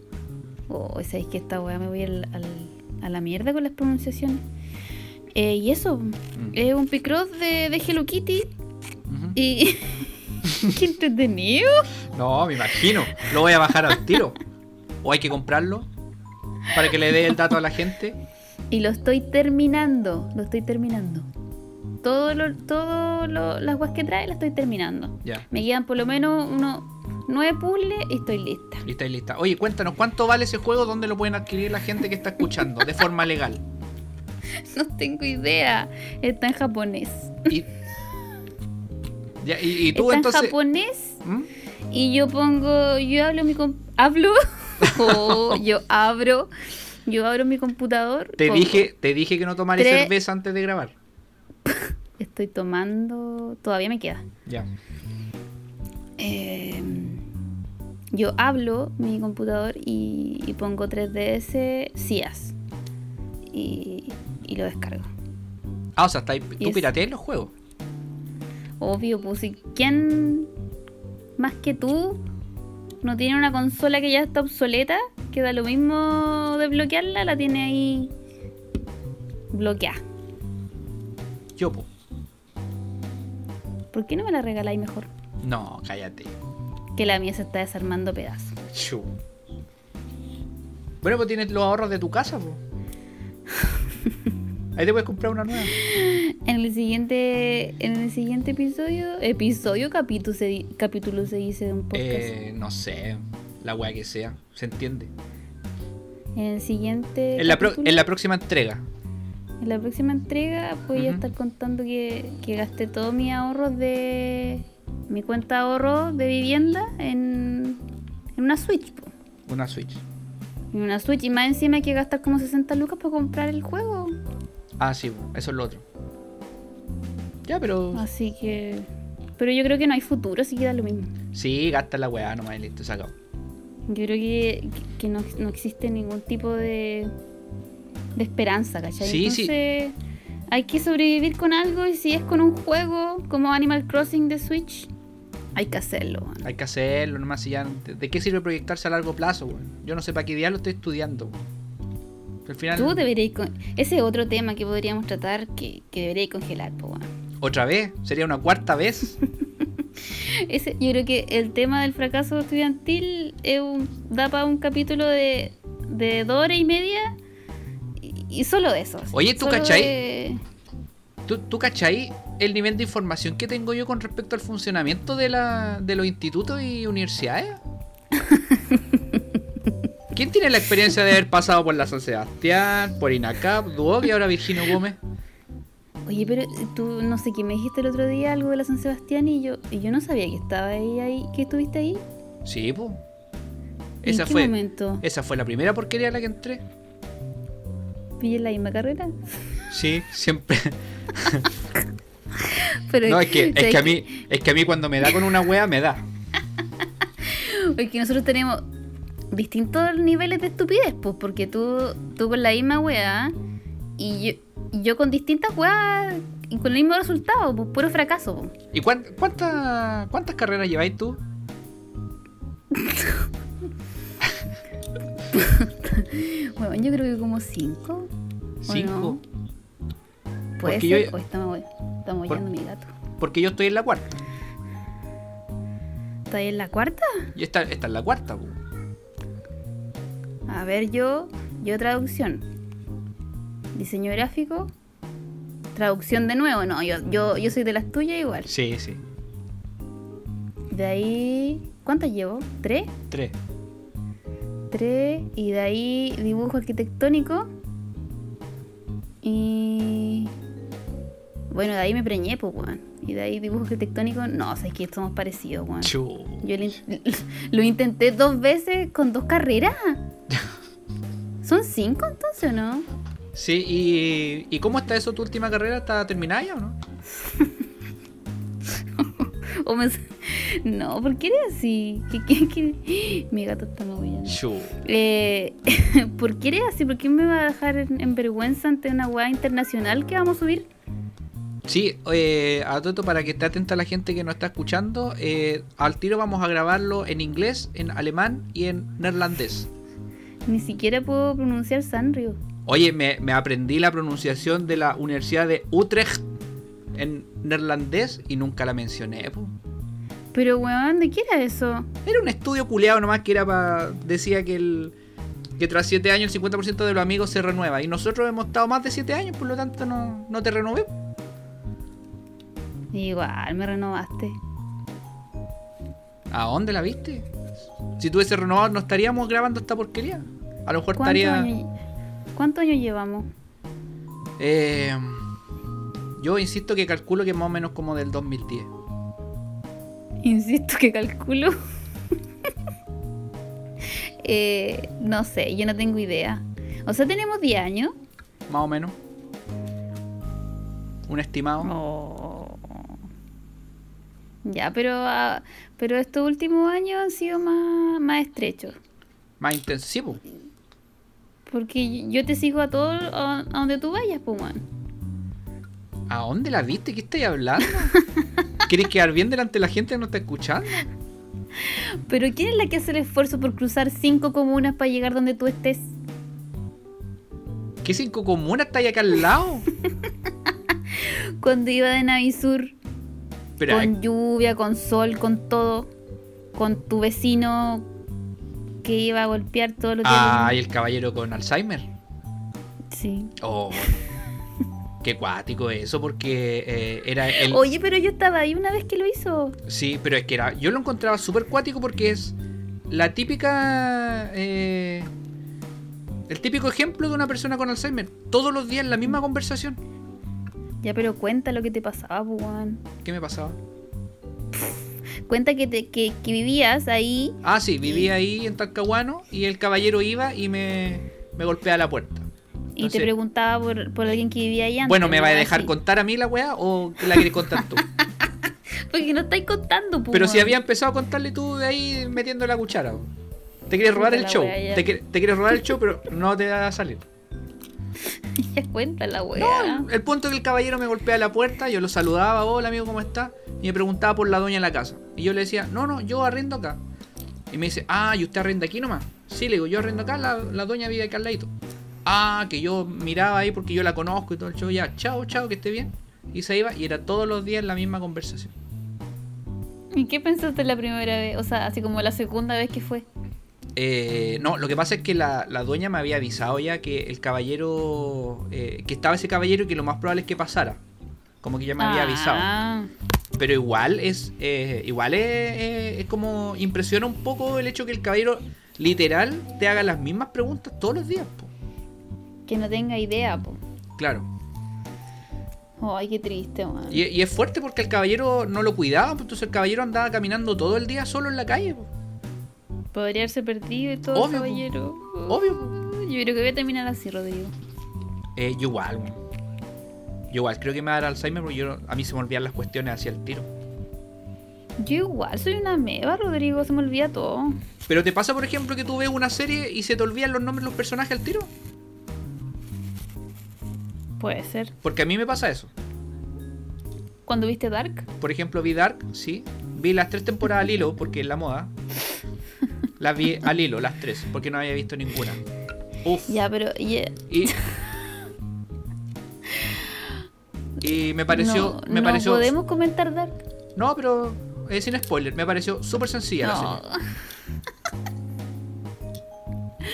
A: Oh, ¿sabéis que esta weá me voy al- al- a la mierda con las pronunciaciones? Eh, y eso,
B: Mm.
A: es un Picross de, de Hello Kitty
B: Ujú.
A: y... *laughs* ¡Qué entretenido!
B: No, me imagino. Lo voy a bajar al tiro. O hay que comprarlo para que le dé el dato a la gente.
A: Y lo estoy terminando, lo estoy terminando. Todo lo, todo lo- las guas que trae las estoy terminando.
B: Ya.
A: Me quedan por lo menos unos nueve puzzles y estoy lista.
B: Lista y lista. Oye, cuéntanos, ¿cuánto vale ese juego? ¿Dónde lo pueden adquirir la gente que está escuchando? De forma legal.
A: *laughs* No tengo idea. Está en japonés.
B: Y, ya, y, y tú
A: Está en
B: entonces.
A: japonés
B: ¿Mm?
A: y yo pongo, yo hablo mi com- hablo *laughs* o yo abro, yo abro mi computador.
B: Te
A: pongo,
B: dije, te dije que no tomaré
A: Tres-
B: cerveza antes de grabar.
A: Estoy tomando, todavía me queda.
B: Ya.
A: Eh, yo hablo mi computador y, y pongo 3DS SIAS y, y lo descargo.
B: Ah, o sea, está ahí- tú
A: Yes.
B: pirateas los juegos.
A: Obvio, pues si quién más que tú no tiene una consola que ya está obsoleta, que da lo mismo desbloquearla, la tiene ahí bloqueada.
B: Yo, po.
A: ¿Por qué no me la regaláis mejor?
B: No, cállate.
A: Que la mía se está desarmando pedazos.
B: Chu. Bueno, pues tienes los ahorros de tu casa, po. Ahí te puedes comprar una nueva.
A: En el siguiente, en el siguiente episodio, episodio capítulo se, di- capítulo se dice de un podcast.
B: Eh, no sé, la weá que sea, se entiende.
A: En el siguiente.
B: En la, pro-
A: capítulo,
B: en la próxima entrega.
A: en la próxima entrega voy a
B: Ujú.
A: estar contando que, que gasté todos mis ahorros de. Mi cuenta de ahorro de vivienda en, en una Switch. po.
B: Una Switch.
A: En una Switch. Y más encima hay que gastar como 60 lucas para comprar el juego.
B: Ah, sí, po, eso es lo otro. Ya, pero.
A: Así que. Pero yo creo que no hay futuro, así que da lo mismo.
B: Sí, gasta la weá nomás y listo, se acabó.
A: Yo creo que, que no, no existe ningún tipo de, de esperanza, ¿cachai?
B: Sí, sí.
A: Entonces hay que sobrevivir con algo y si es con un juego como Animal Crossing de Switch, hay que hacerlo. weón.
B: Hay que hacerlo nomás y ya. ¿De de qué sirve proyectarse a largo plazo, weón? Yo no sé para qué diablo estoy estudiando, weón. Al final.
A: Tú deberías... Con... Ese es otro tema que podríamos tratar que, que deberíais congelar, po, weón.
B: ¿Otra vez? ¿Sería una cuarta vez?
A: Ese, yo creo que el tema del fracaso estudiantil es un- da para un capítulo de, de dos horas y media y, y solo de eso.
B: Oye, ¿tú
A: Solo
B: cachai?
A: de-
B: ¿Tú, tú cachai el nivel de información que tengo yo con respecto al funcionamiento de, la, de los institutos y
A: *laughs*
B: universidades? ¿Quién tiene la experiencia de haber pasado por la San Sebastián, por INACAP, Duoc y ahora Virginio Gómez?
A: Oye, pero tú no sé qué me dijiste el otro día algo de la San Sebastián y yo y yo no sabía que estaba ahí, ahí que estuviste ahí.
B: Sí, pues.
A: ¿En
B: Esa
A: qué
B: fue, Eh.
A: momento?
B: esa fue la primera porquería a la que entré.
A: ¿Pillé la misma carrera? *laughs*
B: Sí, siempre.
A: Pero
B: No, es que, es
A: ¿sabes
B: que a mí, es que a mí cuando me da con una wea me da.
A: qué? Es que nosotros tenemos distintos niveles de estupidez, pues, porque tú, tú con la misma weá y yo, y yo con distintas weas y con el mismo resultado, pues, puro fracaso. pues.
B: ¿Y cuán- cuánta- cuántas carreras lleváis tú?
A: Bueno, yo creo que como cinco. no?
B: Cinco.
A: Puede
B: Porque
A: ser,
B: yo-
A: o estamos, estamos
B: Por-
A: oyendo a mi gato.
B: Porque yo estoy en la cuarta.
A: ¿Está ahí en la cuarta?
B: Y esta, esta es la cuarta, po.
A: A ver, yo, yo traducción. Diseño gráfico. Traducción de nuevo, no, yo, yo, yo soy de las tuyas igual.
B: Sí, sí.
A: De ahí, ¿cuántas llevo? ¿Tres?
B: Tres.
A: Tres. Y de ahí dibujo arquitectónico. Y... Bueno, de ahí me preñé, pues, weón. Y de ahí dibujo arquitectónico, no, o sea, es que somos parecidos, weón.
B: Chu.
A: Yo lo, in- *laughs* lo intenté dos veces con dos
B: *laughs*
A: carreras. ¿Son cinco entonces o no?
B: Sí, y, ¿y cómo está eso tu última carrera? ¿Está terminada ya o no?
A: O me, *laughs* No, ¿por qué eres así? ¿Qué, qué, qué? *laughs* Mi gato está maullando.
B: Chu.
A: Eh, *laughs* ¿Por qué eres así? ¿Por qué me va a dejar en, en vergüenza ante una weá internacional que vamos a subir?
B: Sí, eh, a todo esto, para que esté atenta la gente que nos está escuchando, eh, al tiro vamos a grabarlo en inglés, en alemán y en neerlandés.
A: Ni siquiera puedo pronunciar Sanrio.
B: Oye, me, me aprendí la pronunciación de la Universidad de Utrecht en neerlandés y nunca la mencioné. po.
A: Pero weón, ¿de qué era eso?
B: Era un estudio culeado nomás que era para... Decía que el que tras 7 años el 50% de los amigos se renueva. Y nosotros hemos estado más de 7 años, por lo tanto no, no te renové.
A: Igual, me renovaste.
B: ¿A dónde la viste? Si tuviese renovado no estaríamos grabando esta porquería. A lo mejor
A: ¿Cuántos
B: estaría...
A: años, cuántos años llevamos?
B: Eh, yo insisto que calculo que más o menos como del 2010.
A: Insisto que calculo. *laughs* Eh, no sé, yo no tengo idea. O sea, tenemos 10 años.
B: Más o menos. Un estimado.
A: Oh. Ya, pero, ah, pero estos últimos años han sido más, más estrechos.
B: Más intensivo.
A: Porque yo te sigo a todo a, a donde tú vayas, pues, weón.
B: ¿A dónde la viste? ¿Qué estáis hablando? ¿Quieres quedar bien delante de la gente que no está escuchando?
A: Pero ¿quién es la que hace el esfuerzo por cruzar cinco comunas para llegar donde tú estés?
B: ¿Qué cinco comunas estáis acá al lado?
A: Cuando iba de Navisur,
B: Pero,
A: con lluvia, con sol, con todo, con tu vecino que iba a golpear todos los
B: ay, el caballero con Alzheimer.
A: Sí.
B: Oh, qué cuático eso, porque eh, era el.
A: Oye, pero yo estaba ahí una vez que lo hizo.
B: Sí, pero es que era. Yo lo encontraba súper cuático porque es la típica. eh, el típico ejemplo de una persona con Alzheimer. Todos los días la misma conversación.
A: Ya, pero cuenta lo que te pasaba, pues, weón.
B: ¿Qué me pasaba?
A: Cuenta que, te, que, que vivías ahí.
B: Ah, sí, vivía ahí en Talcahuano y el caballero iba y me, me golpea la puerta.
A: Y te
B: Entonces-
A: preguntaba por, por alguien que vivía ahí antes.
B: Bueno, ¿me va a
A: weón,
B: dejar
A: sí.
B: contar a mí la weá o la querés
A: *laughs*
B: contar tú?
A: Porque no estáis contando, pues.
B: Pero si
A: weón.
B: había empezado a contarle tú de ahí metiendo la cuchara. weón. Te quieres robar
A: Puta
B: el
A: la
B: show.
A: weá, ya.
B: Te, quie- te quieres robar el show, pero no te va a salir.
A: *laughs* Ya cuenta la weá.
B: No, el punto es que el caballero me golpea la puerta, yo lo saludaba, hola amigo, ¿cómo está? Y me preguntaba por la doña en la casa. Y yo le decía, no, no, yo arriendo acá. Y me dice, ah, ¿y usted arrenda aquí nomás? Sí, le digo, yo arriendo acá, la, la doña vive acá al ladito. Ah, que yo miraba ahí porque yo la conozco y todo el show, ya, chao, chao, que esté bien. Y se iba y era todos los días la misma conversación.
A: ¿Y qué pensaste la primera vez? O sea, así como la segunda vez que fue.
B: Eh, no, lo que pasa es que la, la dueña me había avisado ya que el caballero, eh, que estaba ese caballero y que lo más probable es que pasara. Como que ya me había avisado.
A: Ah,
B: Pero igual es, eh, igual es, eh, es como impresiona un poco el hecho que el caballero literal te haga las mismas preguntas todos los días. po.
A: que no tenga idea, po.
B: Claro.
A: Ay, qué triste, weón.
B: Y, y es fuerte porque el caballero no lo cuidaba, pues, entonces el caballero andaba caminando todo el día solo en la calle. po.
A: Podría haberse perdido y todo,
B: Obvio, po.
A: caballero.
B: Obvio,
A: Yo creo que voy a terminar así, Rodrigo.
B: Eh, yo igual, weón. Yo igual, creo que me va a dar Alzheimer porque yo, a mí se me olvidan las cuestiones hacia el tiro.
A: Yo igual soy una meba, Rodrigo, se me olvida todo.
B: Pero te pasa, por ejemplo, que tú ves una serie y se te olvidan los nombres de los personajes al tiro.
A: Puede ser.
B: Porque a mí me pasa eso.
A: ¿Cuándo viste Dark?
B: Por ejemplo, vi Dark, sí. Vi las tres temporadas al hilo, porque es la moda. Las vi al hilo, las tres, porque no había visto ninguna. Uf.
A: Ya, pero. eh, ya-
B: Y. Y me pareció.
A: no,
B: me
A: no
B: pareció.
A: podemos comentar Dark.
B: No, pero. eh, sin spoiler, me pareció súper sencilla la
A: No,
B: serie.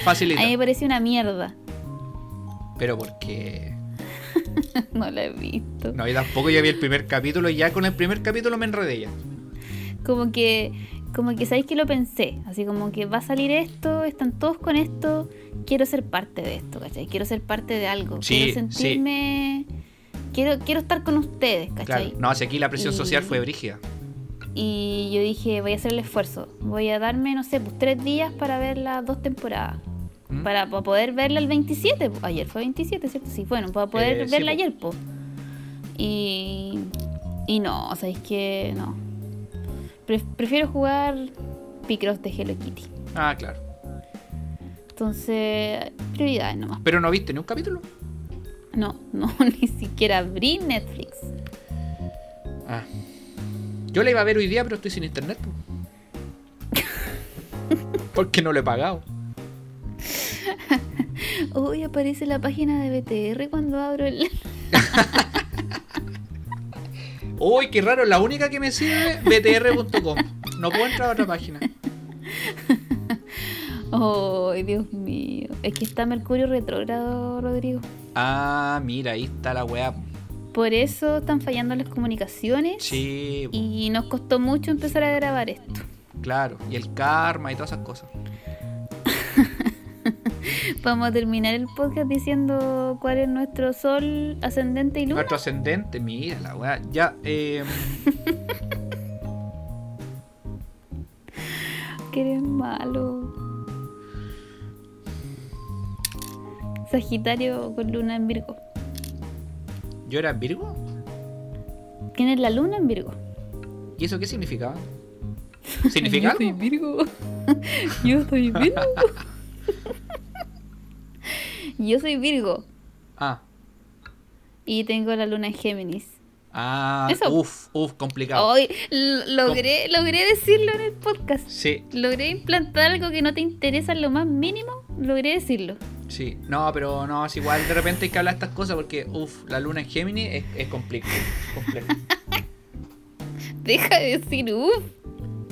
A: a
B: Facilita.
A: mí me parece una mierda. *laughs*
B: Pero porque.
A: no la he visto.
B: No, y tampoco yo vi el primer capítulo y ya con el primer capítulo me enredé ya.
A: Como que, como que sabéis que lo pensé, así como que va a salir esto, están todos con esto, quiero ser parte de esto, ¿cachai? Quiero ser parte de algo,
B: Sí,
A: quiero
B: sí.
A: sentirme, quiero, quiero estar con ustedes,
B: Claro.
A: ¿cachai?
B: No, si aquí la presión
A: Y-
B: social fue brígida.
A: Y yo dije, voy a hacer el esfuerzo, voy a darme, no sé, pues tres días para ver las dos temporadas.
B: ¿Mm?
A: Para, para poder verla el 27, po. ayer fue 27, ¿cierto? Sí, bueno, para poder
B: Eh, sí,
A: verla
B: po.
A: ayer, pues. po. Y, y no, o sea, es que no. Pre- prefiero jugar Picross de Hello Kitty.
B: Ah, claro.
A: Entonces, prioridades nomás.
B: Pero no viste ni un capítulo.
A: No, *laughs* no, ni siquiera abrí Netflix.
B: Ah. Yo la iba a ver hoy día, pero estoy sin internet. *laughs* po. Porque no lo he pagado.
A: Hoy aparece la página de BTR cuando abro el...
B: Uy, qué raro, la única que me sirve, btr.com. No puedo entrar a otra página.
A: ¡Ay, Dios mío! Es que está Mercurio retrógrado, Rodrigo.
B: Ah, mira, ahí está la weá.
A: Por eso están fallando las comunicaciones.
B: Sí, po,
A: Y nos costó mucho empezar a grabar esto.
B: claro. Y el karma y todas esas cosas.
A: Vamos a terminar el podcast diciendo cuál es nuestro sol, ascendente y luna.
B: Nuestro ascendente, mira la weá. Ya, eh,
A: Que eres malo. Sagitario con luna en Virgo.
B: yo era Virgo.
A: Tienes la luna en Virgo.
B: ¿Y eso qué significaba? ¿Significa
A: *laughs* Yo soy
B: algo?
A: Virgo. Yo soy
B: *laughs*
A: Virgo. Yo soy Virgo.
B: Ah,
A: Y tengo la luna en Géminis.
B: ah,
A: Eso. Oh.
B: uff, uff, complicado.
A: Hoy l- logré, logré decirlo en el podcast.
B: Sí,
A: Logré implantar algo que no te interesa en lo más mínimo. Logré decirlo.
B: sí. No, pero no, es igual de repente hay que hablar estas cosas porque, uff, la luna en Géminis es, es complicado. complejo.
A: Deja de decir, uff.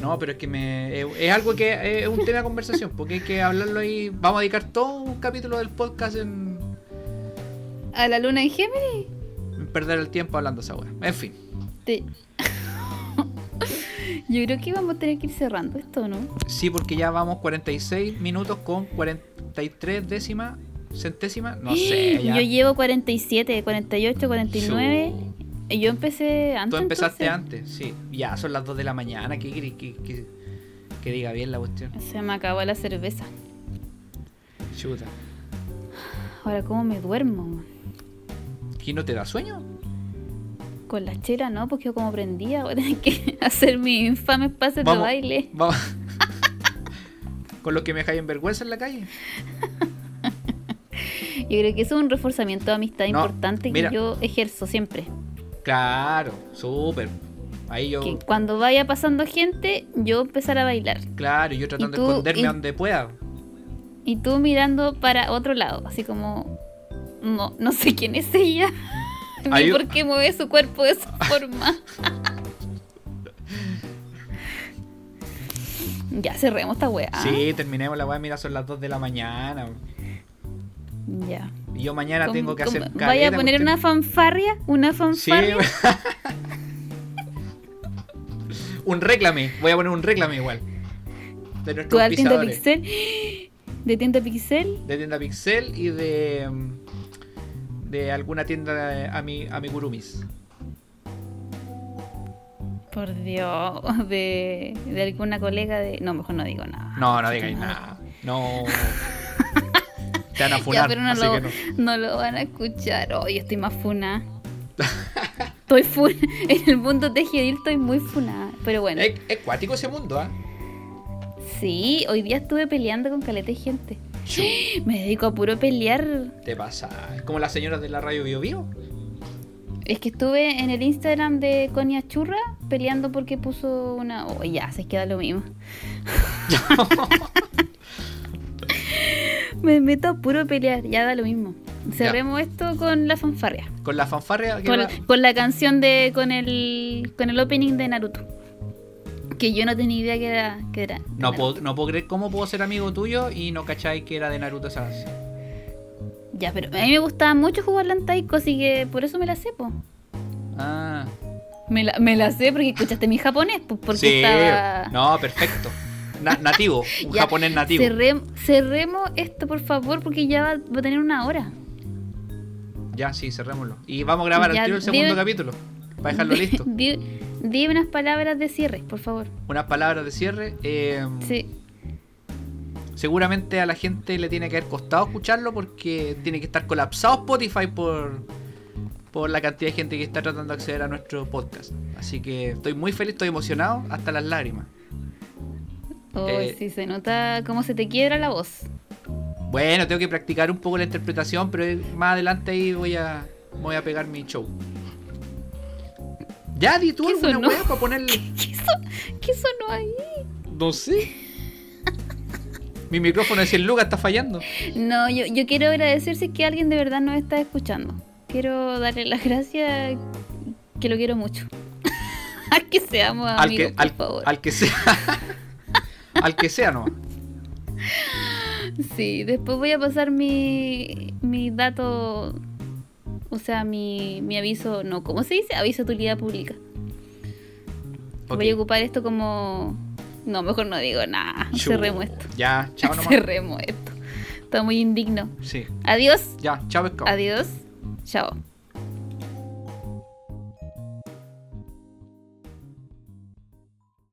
B: No, pero es que me, es, es algo que eh, es un tema de conversación porque hay que hablarlo ahí. Vamos a dedicar todo un capítulo del podcast en,
A: A la luna en Géminis.
B: en perder el tiempo hablando esa weá. En fin.
A: Te- *laughs* Yo creo que vamos a tener que ir cerrando esto, ¿no?
B: Sí, porque ya vamos 46 minutos con 43 décimas, centésimas,
A: *gasps*
B: no sé. Ya.
A: Yo llevo 47, 48, 49. Y Yo empecé antes.
B: Tú empezaste
A: entonces.
B: antes, sí. Ya son las 2 de la mañana, que, que, que- que- que diga bien la cuestión.
A: Se me acabó la cerveza.
B: Chuta.
A: Ahora, ¿cómo me duermo?
B: ¿Y no te da sueño?
A: Con la chela, ¿no? Porque yo como prendía, voy a tener que *laughs* hacer mis infames pases de
B: Vamos.
A: baile.
B: Vamos. *laughs* Con los que me dejáis en vergüenza en la calle.
A: Yo creo que eso es un reforzamiento de amistad
B: No,
A: importante
B: mira.
A: que yo ejerzo siempre.
B: Claro, súper. Ahí yo,
A: Que cuando vaya pasando gente, yo empezar a bailar.
B: claro, yo
A: ¿Y
B: tratando
A: tú?
B: de esconderme
A: ¿Y-
B: donde pueda.
A: Y tú mirando para otro lado, así como... No, no sé quién es ella. *laughs*
B: Hay
A: Ni
B: un-
A: por qué mueve su cuerpo de
B: *laughs*
A: esa forma. ya cerremos esta weá.
B: Sí, terminemos la weá, mira, son las 2 de la mañana.
A: Ya.
B: Y yo mañana
A: Como-
B: tengo que hacer
A: como- Vaya a
B: caleta,
A: poner
B: cuestión-
A: una fanfarria, una
B: Sí.
A: fanfarria.
B: *laughs* un réclame. Voy a poner un réclame igual. De nuestros
A: tu al tienda
B: auspiciadores.
A: pixel. *gasps* De tienda pixel.
B: De tienda Pixel y de. mm, De alguna tienda de- a mi, a mi gurumis.
A: Por Dios, *laughs* de, de alguna colega de. No, mejor no digo nada.
B: No, no digáis nada.
A: *laughs*
B: No. Te van a
A: Ya,
B: funar.
A: pero no
B: así
A: lo,
B: que no.
A: no lo van a escuchar. Hoy estoy más funa. Estoy funa. *laughs* En el mundo tejedil estoy muy funada. Pero bueno,
B: Es, es cuático ese mundo, ¿ah?
A: sí, hoy día estuve peleando con caleta de gente.
B: Chu,
A: *gasps* Me dedico a puro pelear.
B: Te pasa. Es como las señoras de la radio Bio Bio.
A: Es que estuve en el Instagram de Conia Churra peleando porque puso una. Oh, ya, se queda lo
B: *laughs*
A: mismo. Me meto a puro pelear, ya da lo mismo. Cerremos esto con la fanfarria.
B: Con la fanfarria. que
A: Con,
B: va-
A: con la canción de. con el. con el opening de Naruto. Que yo no tenía idea que era. Que era de
B: No
A: Naruto.
B: puedo, no puedo creer cómo puedo ser amigo tuyo y no cacháis que era de Naruto esa canción.
A: Ya, pero a mí me gustaba mucho jugar la Taiko, así que por eso me la sé, po.
B: Ah.
A: Me la, me la sé porque escuchaste mi japonés, po, porque estaba.
B: No, perfecto. Na-
A: *laughs*
B: nativo, un
A: Ya,
B: japonés nativo.
A: Cerrem- cerremos esto, por favor, porque ya va, va a tener una hora.
B: Ya, sí, cerrémoslo. Y vamos a grabar al
A: Ya,
B: tiro el segundo
A: dime-
B: capítulo.
A: *laughs*
B: Para dejarlo listo.
A: Di, di unas palabras de cierre, por favor.
B: Unas palabras de cierre. eh,
A: Sí.
B: Seguramente a la gente le tiene que haber costado escucharlo porque tiene que estar colapsado Spotify por, por la cantidad de gente que está tratando de acceder a nuestro podcast. Así que estoy muy feliz, estoy emocionado, hasta las lágrimas.
A: Oh,
B: Eh,
A: sí, se nota cómo se te quiebra la voz.
B: Bueno, tengo que practicar un poco la interpretación, pero más adelante ahí voy a, voy a pegar mi show. Ya, di tú
A: ¿Qué
B: alguna
A: sonó?
B: weá para ponerle.
A: ¿Qué, son, ¿Qué sonó ahí?
B: No sé. Mi micrófono de 100 lucas está fallando.
A: No, yo, yo quiero agradecer si es que alguien de verdad nos está escuchando. Quiero darle las gracias, que lo quiero mucho. *laughs* a que seamos
B: Al
A: amigos,
B: que,
A: Ah, por
B: al,
A: favor.
B: al que sea. *laughs* al que sea, no.
A: Sí, después voy a pasar mi, mi dato, o sea, mi, mi aviso, no, ¿cómo se dice? Aviso de utilidad pública.
B: Ok.
A: Voy a ocupar esto como... No, mejor no digo nada.
B: Chu.
A: Cerremos esto.
B: Ya,
A: *laughs*
B: chao nomás.
A: Cerremos esto. Está muy indigno.
B: Sí,
A: Adiós.
B: ya, chao pescado.
A: Adiós. Chao.